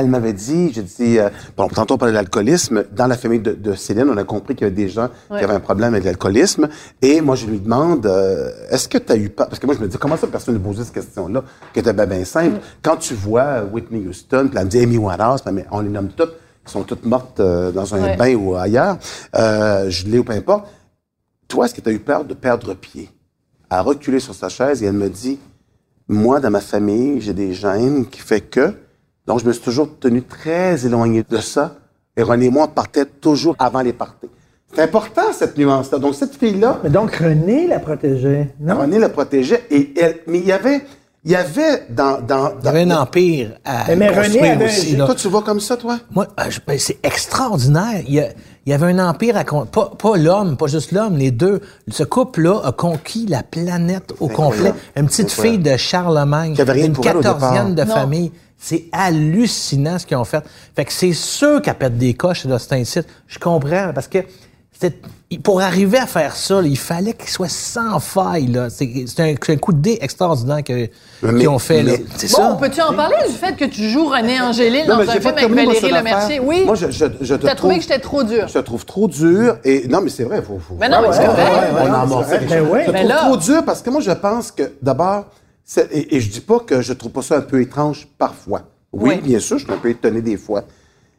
Speaker 7: Elle m'avait dit, j'ai dit, euh, bon, tantôt on parlait de l'alcoolisme. Dans la famille de, de Céline, on a compris qu'il y avait des gens
Speaker 3: Ouais.
Speaker 7: qui avaient un problème avec l'alcoolisme. Et moi, je lui demande, euh, est-ce que tu as eu peur? Parce que moi, je me dis, comment ça, personne ne posait cette question-là, que t'es bien, bien simple.
Speaker 3: Mm.
Speaker 7: Quand tu vois Whitney Houston, puis elle me dit Amy Winehouse, puis elle me- on les nomme toutes, qui sont toutes mortes euh, dans un
Speaker 3: Ouais.
Speaker 7: bain ou ailleurs, euh, je l'ai ou peu importe. Toi, est-ce que tu as eu peur de perdre pied? Elle a reculé sur sa chaise et elle me dit, moi, dans ma famille, j'ai des gènes qui fait que, donc je me suis toujours tenu très éloigné de ça. Et René et moi, on partait toujours avant les parties. C'est important, cette nuance-là. Donc, cette fille-là,
Speaker 5: Mais donc, René la protégeait. Non?
Speaker 7: René la protégeait. Et elle, mais il y avait, il y avait dans, dans,
Speaker 2: Il y
Speaker 7: dans-
Speaker 2: avait un empire à
Speaker 5: Mais- mais René
Speaker 2: construire
Speaker 5: avait-
Speaker 2: aussi. là.
Speaker 7: Toi, tu vois comme ça, toi?
Speaker 2: Moi, euh, je- ben, c'est extraordinaire. Il y, a- il y avait un empire à con- pas, pas l'homme, pas juste l'homme, les deux. Ce couple-là a conquis la planète au
Speaker 7: C'est
Speaker 2: complet.
Speaker 7: incroyable.
Speaker 2: Une petite
Speaker 7: C'est incroyable.
Speaker 2: fille de Charlemagne,
Speaker 7: Qui avait rien
Speaker 2: une
Speaker 7: pour elle au départ.
Speaker 2: quatorzième de
Speaker 3: Non.
Speaker 2: famille. C'est hallucinant ce qu'ils ont fait. Fait que c'est sûr qu'à pète des coches de cet incite. Je comprends parce que c'était- il- pour arriver à faire ça, là, il fallait qu'il soit sans faille. là. C'est c'est un, c'est un coup de dé extraordinaire que- qu'ils
Speaker 7: Mais-
Speaker 2: ont fait. là.
Speaker 7: mais-
Speaker 2: C'est
Speaker 3: Bon,
Speaker 2: ça.
Speaker 3: peux-tu en parler du fait que tu joues René Angélil
Speaker 7: Non,
Speaker 3: dans
Speaker 7: mais
Speaker 3: un
Speaker 7: j'ai
Speaker 3: film
Speaker 7: pas
Speaker 3: avec
Speaker 7: terminé, moi,
Speaker 3: Valérie
Speaker 7: cette
Speaker 3: Lemercier?
Speaker 7: affaire.
Speaker 3: Oui.
Speaker 7: Moi, je, je, je te
Speaker 3: T'as trouvé que
Speaker 7: trouve-
Speaker 3: j'étais trop dure.
Speaker 7: Je te trouve trop dur et non mais c'est vrai faut faut.
Speaker 3: Mais non, mais c'est
Speaker 7: Ouais,
Speaker 3: vrai.
Speaker 7: ouais, ouais, on a amorcé les
Speaker 5: Ben
Speaker 7: choses.
Speaker 5: ouais.
Speaker 7: Je te
Speaker 3: Mais
Speaker 7: trouve
Speaker 3: là-
Speaker 7: trop dur parce que moi je pense que d'abord c'est- et, et je dis pas que je trouve pas ça un peu étrange parfois. Oui,
Speaker 3: Oui.
Speaker 7: bien sûr, je suis un peu étonné des fois.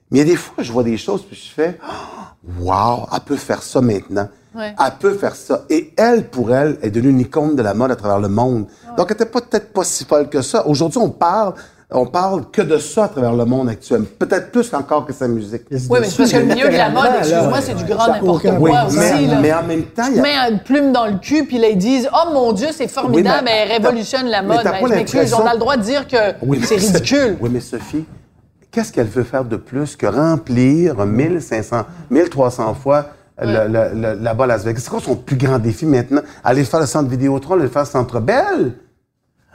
Speaker 7: Mais il y a des fois je vois des choses puis je fais ah, waouh, elle peut faire ça maintenant.
Speaker 3: Ouais.
Speaker 7: Elle peut faire ça. Et elle, pour elle, est devenue une icône de la mode à travers le monde. Donc, elle n'était peut-être pas si folle que ça. Aujourd'hui, on parle, on parle que de ça à travers le monde actuel. Peut-être plus encore que sa musique.
Speaker 3: Oui, mais c'est parce que le milieu de la mode, excuse-moi, c'est du grand
Speaker 5: Ça a
Speaker 3: n'importe
Speaker 5: aucun
Speaker 3: quoi
Speaker 5: bon
Speaker 3: aussi.
Speaker 5: sens.
Speaker 7: mais,
Speaker 3: Ah, là.
Speaker 7: mais en même temps, il y
Speaker 3: Tu
Speaker 7: a-
Speaker 3: mets une plume dans le cul, puis là, ils disent Oh mon Dieu, c'est formidable,
Speaker 7: mais-
Speaker 3: elle révolutionne la
Speaker 7: mais
Speaker 3: mode.
Speaker 7: t'as
Speaker 3: Ben,
Speaker 7: pas
Speaker 3: je m'excuse,
Speaker 7: l'impression-
Speaker 3: on a le droit de dire que
Speaker 7: Oui, mais
Speaker 3: c'est ridicule.
Speaker 7: Oui, mais Sophie, qu'est-ce qu'elle veut faire de plus que remplir 1500, 1300 fois le- le- le- là-bas à Las Vegas? C'est quoi son plus grand défi maintenant? Aller faire le centre Vidéotron, aller faire le centre Belle?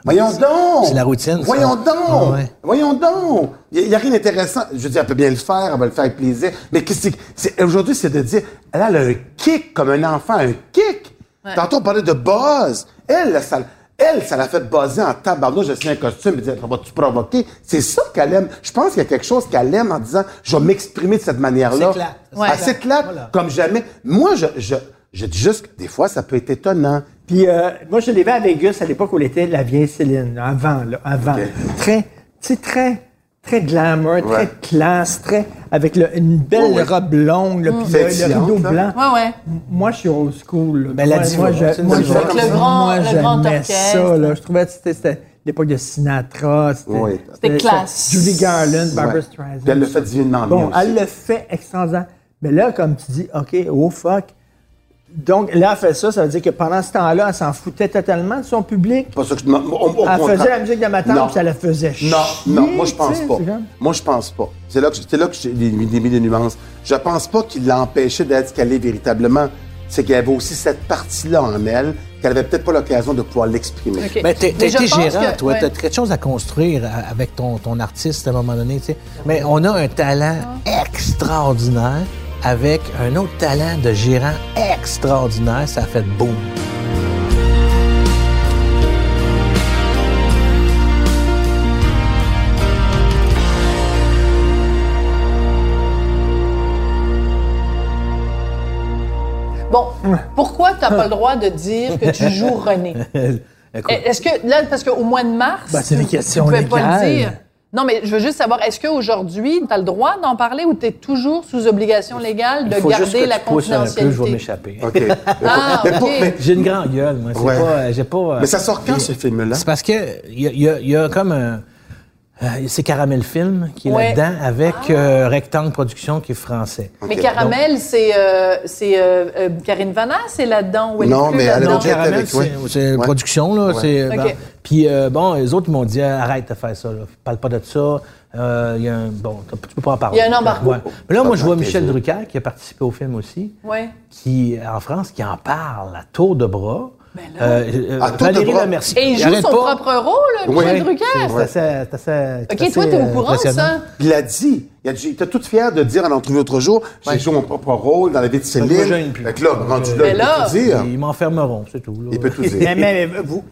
Speaker 7: Voyons donc!
Speaker 2: c'est la routine, ça.
Speaker 7: Voyons donc!
Speaker 2: Ah ouais.
Speaker 7: Voyons donc! Il n'y a, rien d'intéressant. Je dis, elle peut bien le faire, elle va le faire avec plaisir. Mais qu'est-ce que c'est- c'est- aujourd'hui, c'est de dire, elle a un kick comme un enfant, un kick! Tantôt, on parlait de buzz. Elle, là, ça, elle, ça l'a fait buzzer en tabarnouche, j'ai signé un costume, elle disait, vas-tu provoquer? C'est ça qu'elle aime. Je pense qu'il y a quelque chose qu'elle aime en disant, je vais m'exprimer de cette manière-là.
Speaker 2: Elle s'éclate.
Speaker 3: Ouais.
Speaker 7: Elle s'éclate
Speaker 2: Voilà.
Speaker 7: comme jamais. Moi, je, je, je dis juste que des fois, ça peut être étonnant.
Speaker 5: Puis euh, moi, je l'ai vu à Vegas à l'époque où elle était la vieille Céline, là, avant, là, avant. Très, tu sais, très, très glamour, très
Speaker 7: Ouais.
Speaker 5: classe, très, avec le- une belle
Speaker 7: Ouais, ouais.
Speaker 5: robe longue,
Speaker 3: Mm.
Speaker 5: là, puis le- le,
Speaker 7: Pétillante,
Speaker 5: rideau
Speaker 7: là.
Speaker 5: blanc.
Speaker 3: Ouais, ouais.
Speaker 5: Moi, je suis old school. là.
Speaker 2: Ben, la
Speaker 5: Moi,
Speaker 2: diva,
Speaker 5: moi, je-
Speaker 2: c'est une
Speaker 5: moi,
Speaker 7: diva.
Speaker 5: je-
Speaker 7: Avec
Speaker 3: le grand-
Speaker 5: moi,
Speaker 3: le
Speaker 5: j'aimais
Speaker 3: grand orchestre.
Speaker 5: ça, là. Je trouvais que c'était- c'était l'époque de Sinatra. C'était
Speaker 7: Oui.
Speaker 3: C'était classe.
Speaker 5: Judy Garland, Barbara
Speaker 7: Ouais.
Speaker 5: Streisand.
Speaker 7: Puis elle le fait divinement bien
Speaker 5: Bon,
Speaker 7: aussi.
Speaker 5: elle le fait extraordinaire. Mais là, comme tu dis, OK, oh fuck. Donc, là, elle fait ça, ça veut dire que pendant ce temps-là, elle s'en foutait totalement de son public.
Speaker 7: Pas sûr que je m'en- on- on- au
Speaker 5: Elle
Speaker 7: contraire.
Speaker 5: faisait la musique de ma
Speaker 7: Non.
Speaker 5: tante, puis elle la faisait chier.
Speaker 7: Non, non, moi je pense
Speaker 5: tu sais,
Speaker 7: pas.
Speaker 5: c'est comme-
Speaker 7: Moi je pense pas. C'est là que c'est là que j'ai mis des nuances. Je pense pas qu'il l'a empêché d'être ce qu'elle est véritablement. C'est- c'est qu'il y avait aussi cette partie-là en elle qu'elle avait peut-être pas l'occasion de pouvoir l'exprimer.
Speaker 3: OK.
Speaker 2: Mais t'as t'as
Speaker 3: Mais je
Speaker 2: été
Speaker 3: pense
Speaker 2: gérant,
Speaker 3: que-
Speaker 2: toi.
Speaker 3: ouais.
Speaker 2: T'as quelque chose à construire euh, avec ton, ton artiste à un moment donné, tu sais. Mais on a un talent
Speaker 3: Ah.
Speaker 2: extraordinaire avec un autre talent de gérant extraordinaire. Ça a fait boum. <laughs>
Speaker 3: Bon, pourquoi tu n'as pas le droit de dire que tu
Speaker 10: <laughs>
Speaker 3: joues René? Est-ce que, là, parce qu'au mois de mars,
Speaker 7: Bah,
Speaker 5: Ben, c'est des
Speaker 3: tu-
Speaker 5: questions
Speaker 3: tu pouvais pas le
Speaker 5: légales.
Speaker 3: dire. Non, mais je veux juste savoir, est-ce qu'aujourd'hui, tu as le droit d'en parler ou tu es toujours sous obligation légale de
Speaker 10: faut juste
Speaker 3: garder
Speaker 10: que
Speaker 3: la
Speaker 10: tu pousses un peu, je vais
Speaker 3: confidentialité?
Speaker 10: m'échapper.
Speaker 7: OK. Mais pour-
Speaker 3: Ah,
Speaker 7: mais pour-
Speaker 3: ok.
Speaker 7: mais-
Speaker 10: J'ai une grande gueule, moi. C'est
Speaker 7: Ouais.
Speaker 10: pas, euh, j'ai pas. euh,
Speaker 7: mais ça sort quand, ce film-là?
Speaker 2: C'est parce que il y a, il y a- il y a comme un. euh, c'est Caramel Film qui est
Speaker 3: Ouais. Ah.
Speaker 2: là-dedans avec euh, Rectangle Production qui est français.
Speaker 3: Mais
Speaker 7: Ok.
Speaker 3: Caramel, c'est euh, c'est, euh, euh, Karine Vanna, c'est là-dedans? ou elle est
Speaker 7: Non,
Speaker 3: plus
Speaker 7: mais elle a
Speaker 3: là-dedans?
Speaker 2: Non,
Speaker 7: déjà-
Speaker 2: Caramel,
Speaker 7: avec, ouais.
Speaker 2: c'est c'est une
Speaker 7: Ouais.
Speaker 2: production, là. c'est-
Speaker 3: Ok.
Speaker 2: bon. Puis, euh, bon, les autres, ils m'ont dit, arrête de faire ça, là. Parle pas de ça. Euh, Il y a un, bon, t'as- tu peux pas en parler.
Speaker 3: Il y a un embargo.
Speaker 2: Ouais. Mais là, moi, je vois
Speaker 7: Pas de
Speaker 2: Michel
Speaker 7: plaisir.
Speaker 2: Drucker, qui a participé au film aussi,
Speaker 3: Ouais.
Speaker 2: qui, en France, qui en parle à tour de bras. Euh, euh,
Speaker 7: À tour de
Speaker 2: Valérie
Speaker 7: bras.
Speaker 2: Lemercier.
Speaker 3: Ben Et il joue
Speaker 2: Arrête
Speaker 3: son
Speaker 2: pas.
Speaker 3: propre rôle,
Speaker 7: Oui.
Speaker 3: Michel
Speaker 7: Ouais.
Speaker 3: Drucker?
Speaker 2: C'est assez- c'est assez- c'est
Speaker 3: OK, toi,
Speaker 2: assez,
Speaker 3: tu es au
Speaker 2: euh,
Speaker 3: courant de
Speaker 2: impressionnant.
Speaker 3: ça?
Speaker 7: Il l'a dit. Il a dit, il était toute fière de dire à l'entrevue l'autre jour, j'ai joué mon propre rôle dans la vie de Céline.
Speaker 10: moi, j'ai une plus.
Speaker 7: Fait que là, rendu
Speaker 3: Mais là-
Speaker 7: là, il peut tout dire.
Speaker 2: Ils m'enfermeront, c'est tout. là.
Speaker 7: euh, Il peut tout dire.
Speaker 5: Mais, mais, mais vous.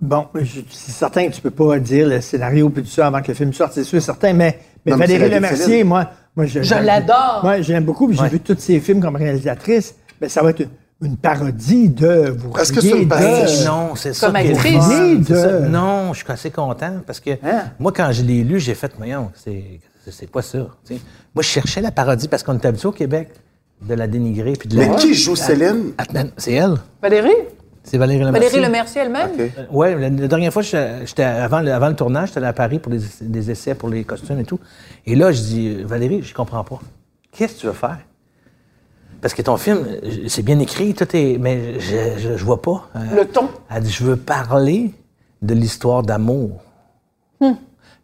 Speaker 5: Bon, je- c'est certain que tu peux pas dire le scénario puis tout ça avant que le film sorte, c'est sûr, certain, mais, mais
Speaker 7: Non,
Speaker 5: Valérie
Speaker 7: mais c'est la vie de
Speaker 5: Lemercier,
Speaker 7: Céline.
Speaker 5: moi, moi je,
Speaker 3: Je l'adore.
Speaker 5: Moi, j'aime beaucoup, puis j'ai vu tous ses films comme réalisatrice, mais ça va être une, une parodie de vous.
Speaker 7: Est-ce que
Speaker 5: riez
Speaker 7: c'est une
Speaker 5: de-
Speaker 7: parodie?
Speaker 2: Euh, Non, c'est ça.
Speaker 3: Comme
Speaker 2: qui est le
Speaker 3: actrice.
Speaker 2: fun,
Speaker 5: Ni
Speaker 2: c'est ça.
Speaker 5: de-
Speaker 2: Non, je suis assez content parce que
Speaker 5: Hein?
Speaker 2: moi, quand je l'ai lu, j'ai fait, voyons, c'est c'est quoi ça? tu sais? Moi, je cherchais la parodie parce qu'on est habitué au Québec de la dénigrer. Puis de la...
Speaker 7: Mais qui joue Céline?
Speaker 2: Attends, C'est elle?
Speaker 3: Valérie?
Speaker 2: C'est Valérie Lemercier?
Speaker 3: Valérie Le Mercier elle-même?
Speaker 7: OK.
Speaker 2: Oui, Euh, la, la dernière fois, j'étais j'étais avant, le, avant le tournage, j'étais allé à Paris pour des, des essais, pour les costumes et tout. Et là, je dis, euh, Valérie, je comprends pas. Qu'est-ce que tu veux faire? Parce que ton film, euh, c'est bien écrit, tout est. Mais je, je, je vois pas. Euh,
Speaker 3: Le ton.
Speaker 2: Elle dit, je veux parler de l'histoire d'amour.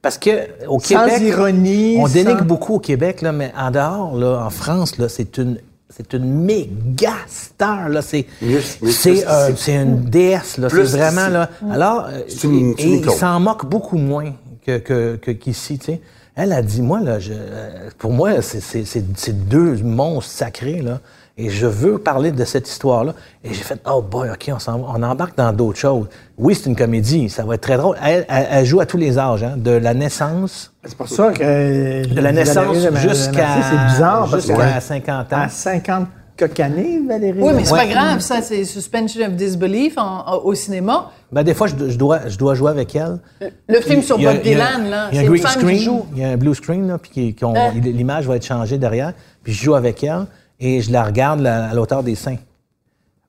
Speaker 2: Parce que au
Speaker 5: Sans
Speaker 2: Québec,
Speaker 5: ironie,
Speaker 2: on dénigre
Speaker 5: sans-
Speaker 2: beaucoup au Québec, là, mais en dehors, là, en France, là, c'est une c'est une méga star là, c'est
Speaker 7: Mieux- mieux
Speaker 2: c'est
Speaker 7: que
Speaker 2: euh,
Speaker 7: c'est-
Speaker 2: c'est une déesse là, c'est
Speaker 7: Plus
Speaker 2: vraiment
Speaker 7: c'est-
Speaker 2: là. Alors, euh,
Speaker 7: C'est une-
Speaker 2: et-
Speaker 7: c'est une
Speaker 2: et ils
Speaker 7: icône.
Speaker 2: s'en moquent beaucoup moins que que- que- qu'ici, tu sais. Elle a dit moi là, je, euh, pour moi c'est- c'est c'est- c'est deux monstres sacrés là. Et je veux parler de cette histoire-là. Et j'ai fait, oh boy, OK, on, s'en va- on embarque dans d'autres choses. Oui, c'est une comédie, ça va être très drôle. Elle, elle- elle joue à tous les âges, hein, de la naissance
Speaker 5: C'est pour ça que.
Speaker 2: de la naissance jusqu'à
Speaker 5: C'est bizarre, parce que. Ah,
Speaker 2: jusqu'à 50 ans.
Speaker 5: À 50 cocanées, Valérie.
Speaker 3: Oui, mais c'est
Speaker 2: Ouais.
Speaker 3: pas grave, ça, c'est suspension of disbelief en- en- au cinéma.
Speaker 2: Ben, des fois, je, je dois, je dois jouer avec elle.
Speaker 5: Euh,
Speaker 3: Le film sur
Speaker 2: Il y a-
Speaker 3: Bob
Speaker 2: il y a- Il
Speaker 3: Dylan, là,
Speaker 2: y a
Speaker 3: c'est
Speaker 2: un
Speaker 3: une
Speaker 2: green
Speaker 3: femme qui
Speaker 2: screen,
Speaker 3: joue.
Speaker 2: il y a un blue screen, là, puis qui- qu'on-
Speaker 3: Hein?
Speaker 2: il- l'image va être changée derrière. Puis je joue avec elle et je la regarde la- à l'auteur des seins.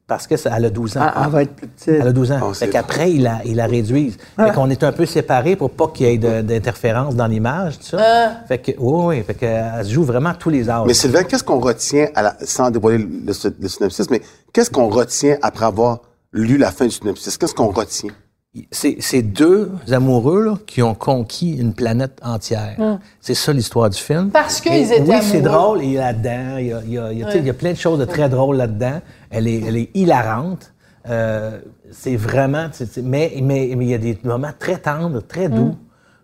Speaker 2: Parce que ça- elle a 12 ans.
Speaker 5: Elle, Ah, elle va être plus petite.
Speaker 2: Elle a 12 ans.
Speaker 7: Ah, Oh,
Speaker 2: fait
Speaker 7: c'est- Ah,
Speaker 2: qu'après, ils la, ils la réduisent. Fait qu'on est un peu séparés pour pas qu'il y ait de- d'interférence dans l'image, tout ça.
Speaker 3: Euh.
Speaker 2: Fait que, oui, oui. Fait qu'elle se joue vraiment tous les âges.
Speaker 7: Mais Sylvain, qu'est-ce qu'on retient, à la- sans dévoiler le, sy- le synopsis, mais qu'est-ce qu'on retient après avoir lu la fin du synopsis? Qu'est-ce qu'on retient?
Speaker 2: C'est c'est deux amoureux là, qui ont conquis une planète entière. C'est ça l'histoire du film.
Speaker 3: Hum. Parce qu'ils
Speaker 2: Et
Speaker 3: étaient
Speaker 2: Oui, c'est
Speaker 3: amoureux.
Speaker 2: drôle. Il est là-dedans. Il y a, il y a- il y a- tu sais, il y a plein de choses de très drôles là-dedans. Elle est, elle est hilarante. Euh, c'est vraiment. tu sais, mais, mais, mais il y a des moments très tendres, très doux,
Speaker 3: Hum.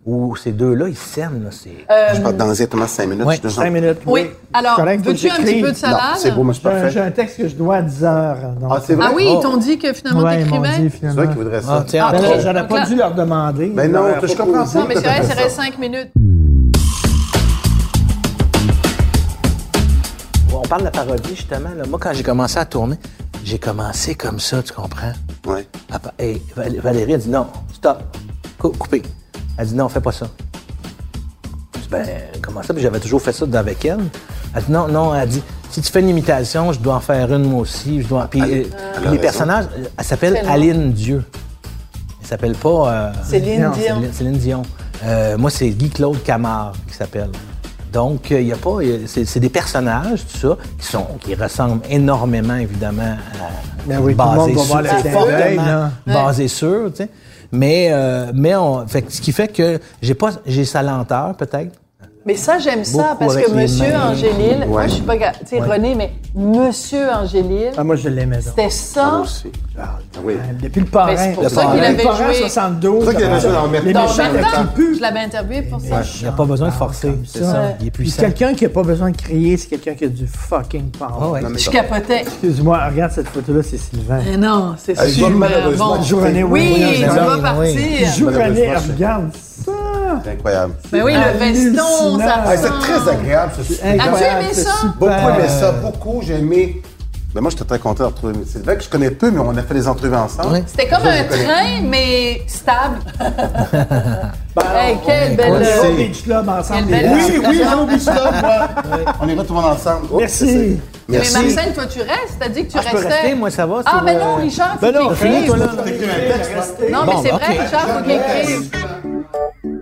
Speaker 2: où ces deux-là, ils s'aiment. là, c'est-
Speaker 3: Euh,
Speaker 7: je parle dans exactement cinq minutes.
Speaker 2: ouais,
Speaker 7: je suis désolé.
Speaker 5: 5 minutes.
Speaker 3: Oui. Alors,
Speaker 5: C'est correct, faut
Speaker 3: veux-tu
Speaker 5: que
Speaker 3: un petit
Speaker 5: j'écrive.
Speaker 3: peu de
Speaker 7: Non,
Speaker 3: salade?
Speaker 7: c'est beau, moi, je suis
Speaker 5: J'ai un- J'ai
Speaker 7: parfait.
Speaker 5: un texte que je dois à 10 heures. donc.
Speaker 7: Ah, c'est vrai?
Speaker 3: ah oui, ils
Speaker 7: Oh.
Speaker 3: t'ont dit que finalement,
Speaker 5: Ouais, ils m'ont
Speaker 3: t'écrivais?
Speaker 5: dit,
Speaker 7: C'est
Speaker 5: finalement. Ben,
Speaker 7: vrai qu'il voudrait ça.
Speaker 2: Ah, tiens,
Speaker 3: Ah,
Speaker 2: entre
Speaker 3: ok.
Speaker 2: autres.
Speaker 5: J'aurais
Speaker 3: Donc
Speaker 5: pas
Speaker 3: là-
Speaker 5: dû leur demander.
Speaker 7: Ben non, je comprends ça.
Speaker 3: Non, mais c'est vrai, ça reste cinq minutes.
Speaker 2: on parle de la parodie, justement. là. Moi, quand j'ai commencé à tourner, j'ai commencé comme ça, tu comprends?
Speaker 7: Ouais.
Speaker 2: Papa- hey, Val- Valérie a dit non, stop, cou- coupez. Elle dit non, fais pas ça. Je dis, ben, comment ça? Puis j'avais toujours fait ça avec elle. Elle dit non, non, elle dit, si tu fais une imitation, je dois en faire une moi aussi. Je dois... Puis
Speaker 5: Ah,
Speaker 7: Elle-
Speaker 2: euh,
Speaker 7: elle a
Speaker 2: les
Speaker 7: raison.
Speaker 2: personnages, euh, elle s'appelle
Speaker 3: Tellement.
Speaker 2: Aline Dieu. Elle s'appelle pas. euh,
Speaker 3: Céline Dion.
Speaker 2: Céline- Céline Dion. Euh, moi, c'est Guy-Claude Camard qui s'appelle. Donc, euh, il y a pas. y a- c'est c'est des personnages, tout ça, qui, sont, qui ressemblent énormément, évidemment, à.
Speaker 5: Ben oui, tout le monde va voir le
Speaker 2: sur-
Speaker 5: clin
Speaker 2: fortement
Speaker 5: d'œil, là.
Speaker 2: basé sur, tu sais. Mais, euh, mais on, fait, que ce qui fait que j'ai pas j'ai sa lenteur, peut-être.
Speaker 3: Mais ça, j'aime ça,
Speaker 5: Beaucoup
Speaker 3: parce
Speaker 5: avec
Speaker 3: que
Speaker 5: les
Speaker 3: Monsieur
Speaker 5: mains.
Speaker 3: Angélil, moi,
Speaker 7: Ouais.
Speaker 3: je suis pas... ga- Tu sais, René, mais Monsieur Angélil,
Speaker 5: Ah, moi, je l'aimais donc.
Speaker 3: c'était
Speaker 7: Moi
Speaker 3: ça.
Speaker 7: aussi. Ah, oui.
Speaker 5: Depuis le parrain.
Speaker 3: Mais c'est pour
Speaker 5: Le
Speaker 3: ça qu'il
Speaker 5: parrain.
Speaker 3: avait
Speaker 5: Le parrain
Speaker 3: joué.
Speaker 5: 72.
Speaker 7: C'est pour ça qu'il avait joué dans
Speaker 5: Les
Speaker 7: Merton.
Speaker 3: Dans
Speaker 5: méchants,
Speaker 3: le même
Speaker 5: là,
Speaker 3: temps,
Speaker 5: qui puent.
Speaker 3: je l'avais interviewé pour ça.
Speaker 2: Il n'y a pas besoin de forcer.
Speaker 5: Ah, comme
Speaker 2: C'est
Speaker 5: ça.
Speaker 2: ça. Il est
Speaker 5: Puis
Speaker 2: puissant.
Speaker 5: quelqu'un qui n'a pas besoin de crier, c'est quelqu'un qui a du fucking power.
Speaker 2: Ah ouais.
Speaker 7: Non, mais
Speaker 3: Je capotais.
Speaker 5: Excuse-moi, regarde cette photo-là, c'est Sylvain.
Speaker 3: Mais non, c'est
Speaker 7: Ah, il va
Speaker 3: super
Speaker 7: malheureusement
Speaker 3: bon.
Speaker 7: jouer.
Speaker 5: Joue René
Speaker 3: Euh, Oui,
Speaker 5: Williams.
Speaker 3: tu
Speaker 2: oui,
Speaker 3: vas
Speaker 2: oui.
Speaker 3: partir.
Speaker 5: Joue René,
Speaker 7: Malheureusement,
Speaker 5: regarde ça.
Speaker 7: C'est incroyable.
Speaker 3: Mais oui, le veston,
Speaker 5: hallucinant.
Speaker 3: ça
Speaker 7: Ah,
Speaker 3: ressemble.
Speaker 7: c'est très agréable, ce super.
Speaker 3: As-tu
Speaker 5: Incroyable,
Speaker 3: aimé
Speaker 5: c'est
Speaker 3: ça?
Speaker 5: super.
Speaker 7: Beaucoup aimé ça, beaucoup, j'ai aimé. Mais Ben, moi, j'étais très content de retrouver C'est vrai que je connais peu, mais on a fait des entrevues ensemble.
Speaker 2: Ouais.
Speaker 3: C'était comme
Speaker 7: Je
Speaker 3: un
Speaker 7: le connais.
Speaker 3: train, mais stable. Hey,
Speaker 5: on
Speaker 3: quelle
Speaker 5: est
Speaker 3: belle...
Speaker 5: au
Speaker 7: c'est-
Speaker 5: Beach Club ensemble.
Speaker 3: Quelle
Speaker 5: les
Speaker 3: belle-
Speaker 5: gars.
Speaker 7: Oui, oui, on oublie ça, moi. On est retournés ensemble. Oh,
Speaker 5: Merci.
Speaker 7: c'est- c'est-
Speaker 3: Mais
Speaker 7: Merci.
Speaker 3: Marcel, toi, tu restes. T'as dit que tu
Speaker 2: Ah, je peux
Speaker 3: restais.
Speaker 2: rester, moi, ça va.
Speaker 3: Ah,
Speaker 2: sur,
Speaker 3: mais non,
Speaker 2: euh,
Speaker 3: Richard, faut
Speaker 2: Ben non,
Speaker 3: qu'il
Speaker 2: finis, toi, là.
Speaker 3: écrive.
Speaker 7: T'écris un texte, là.
Speaker 3: Non,
Speaker 2: Bon,
Speaker 3: mais c'est
Speaker 2: ben,
Speaker 3: vrai,
Speaker 2: ok.
Speaker 3: Richard, faut qu'il écrive.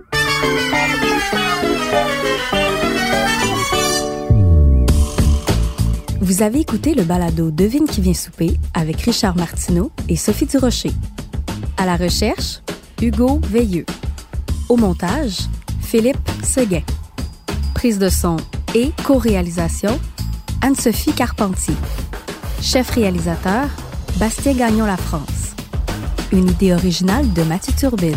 Speaker 8: Vous avez écouté le balado Devine qui vient souper avec Richard Martineau et Sophie Durocher. À la recherche, Hugo Veilleux. Au montage, Philippe Seguin. Prise de son et co-réalisation, Anne-Sophie Carpentier. Chef réalisateur, Bastien Gagnon La France. Une idée originale de Mathieu Turbide.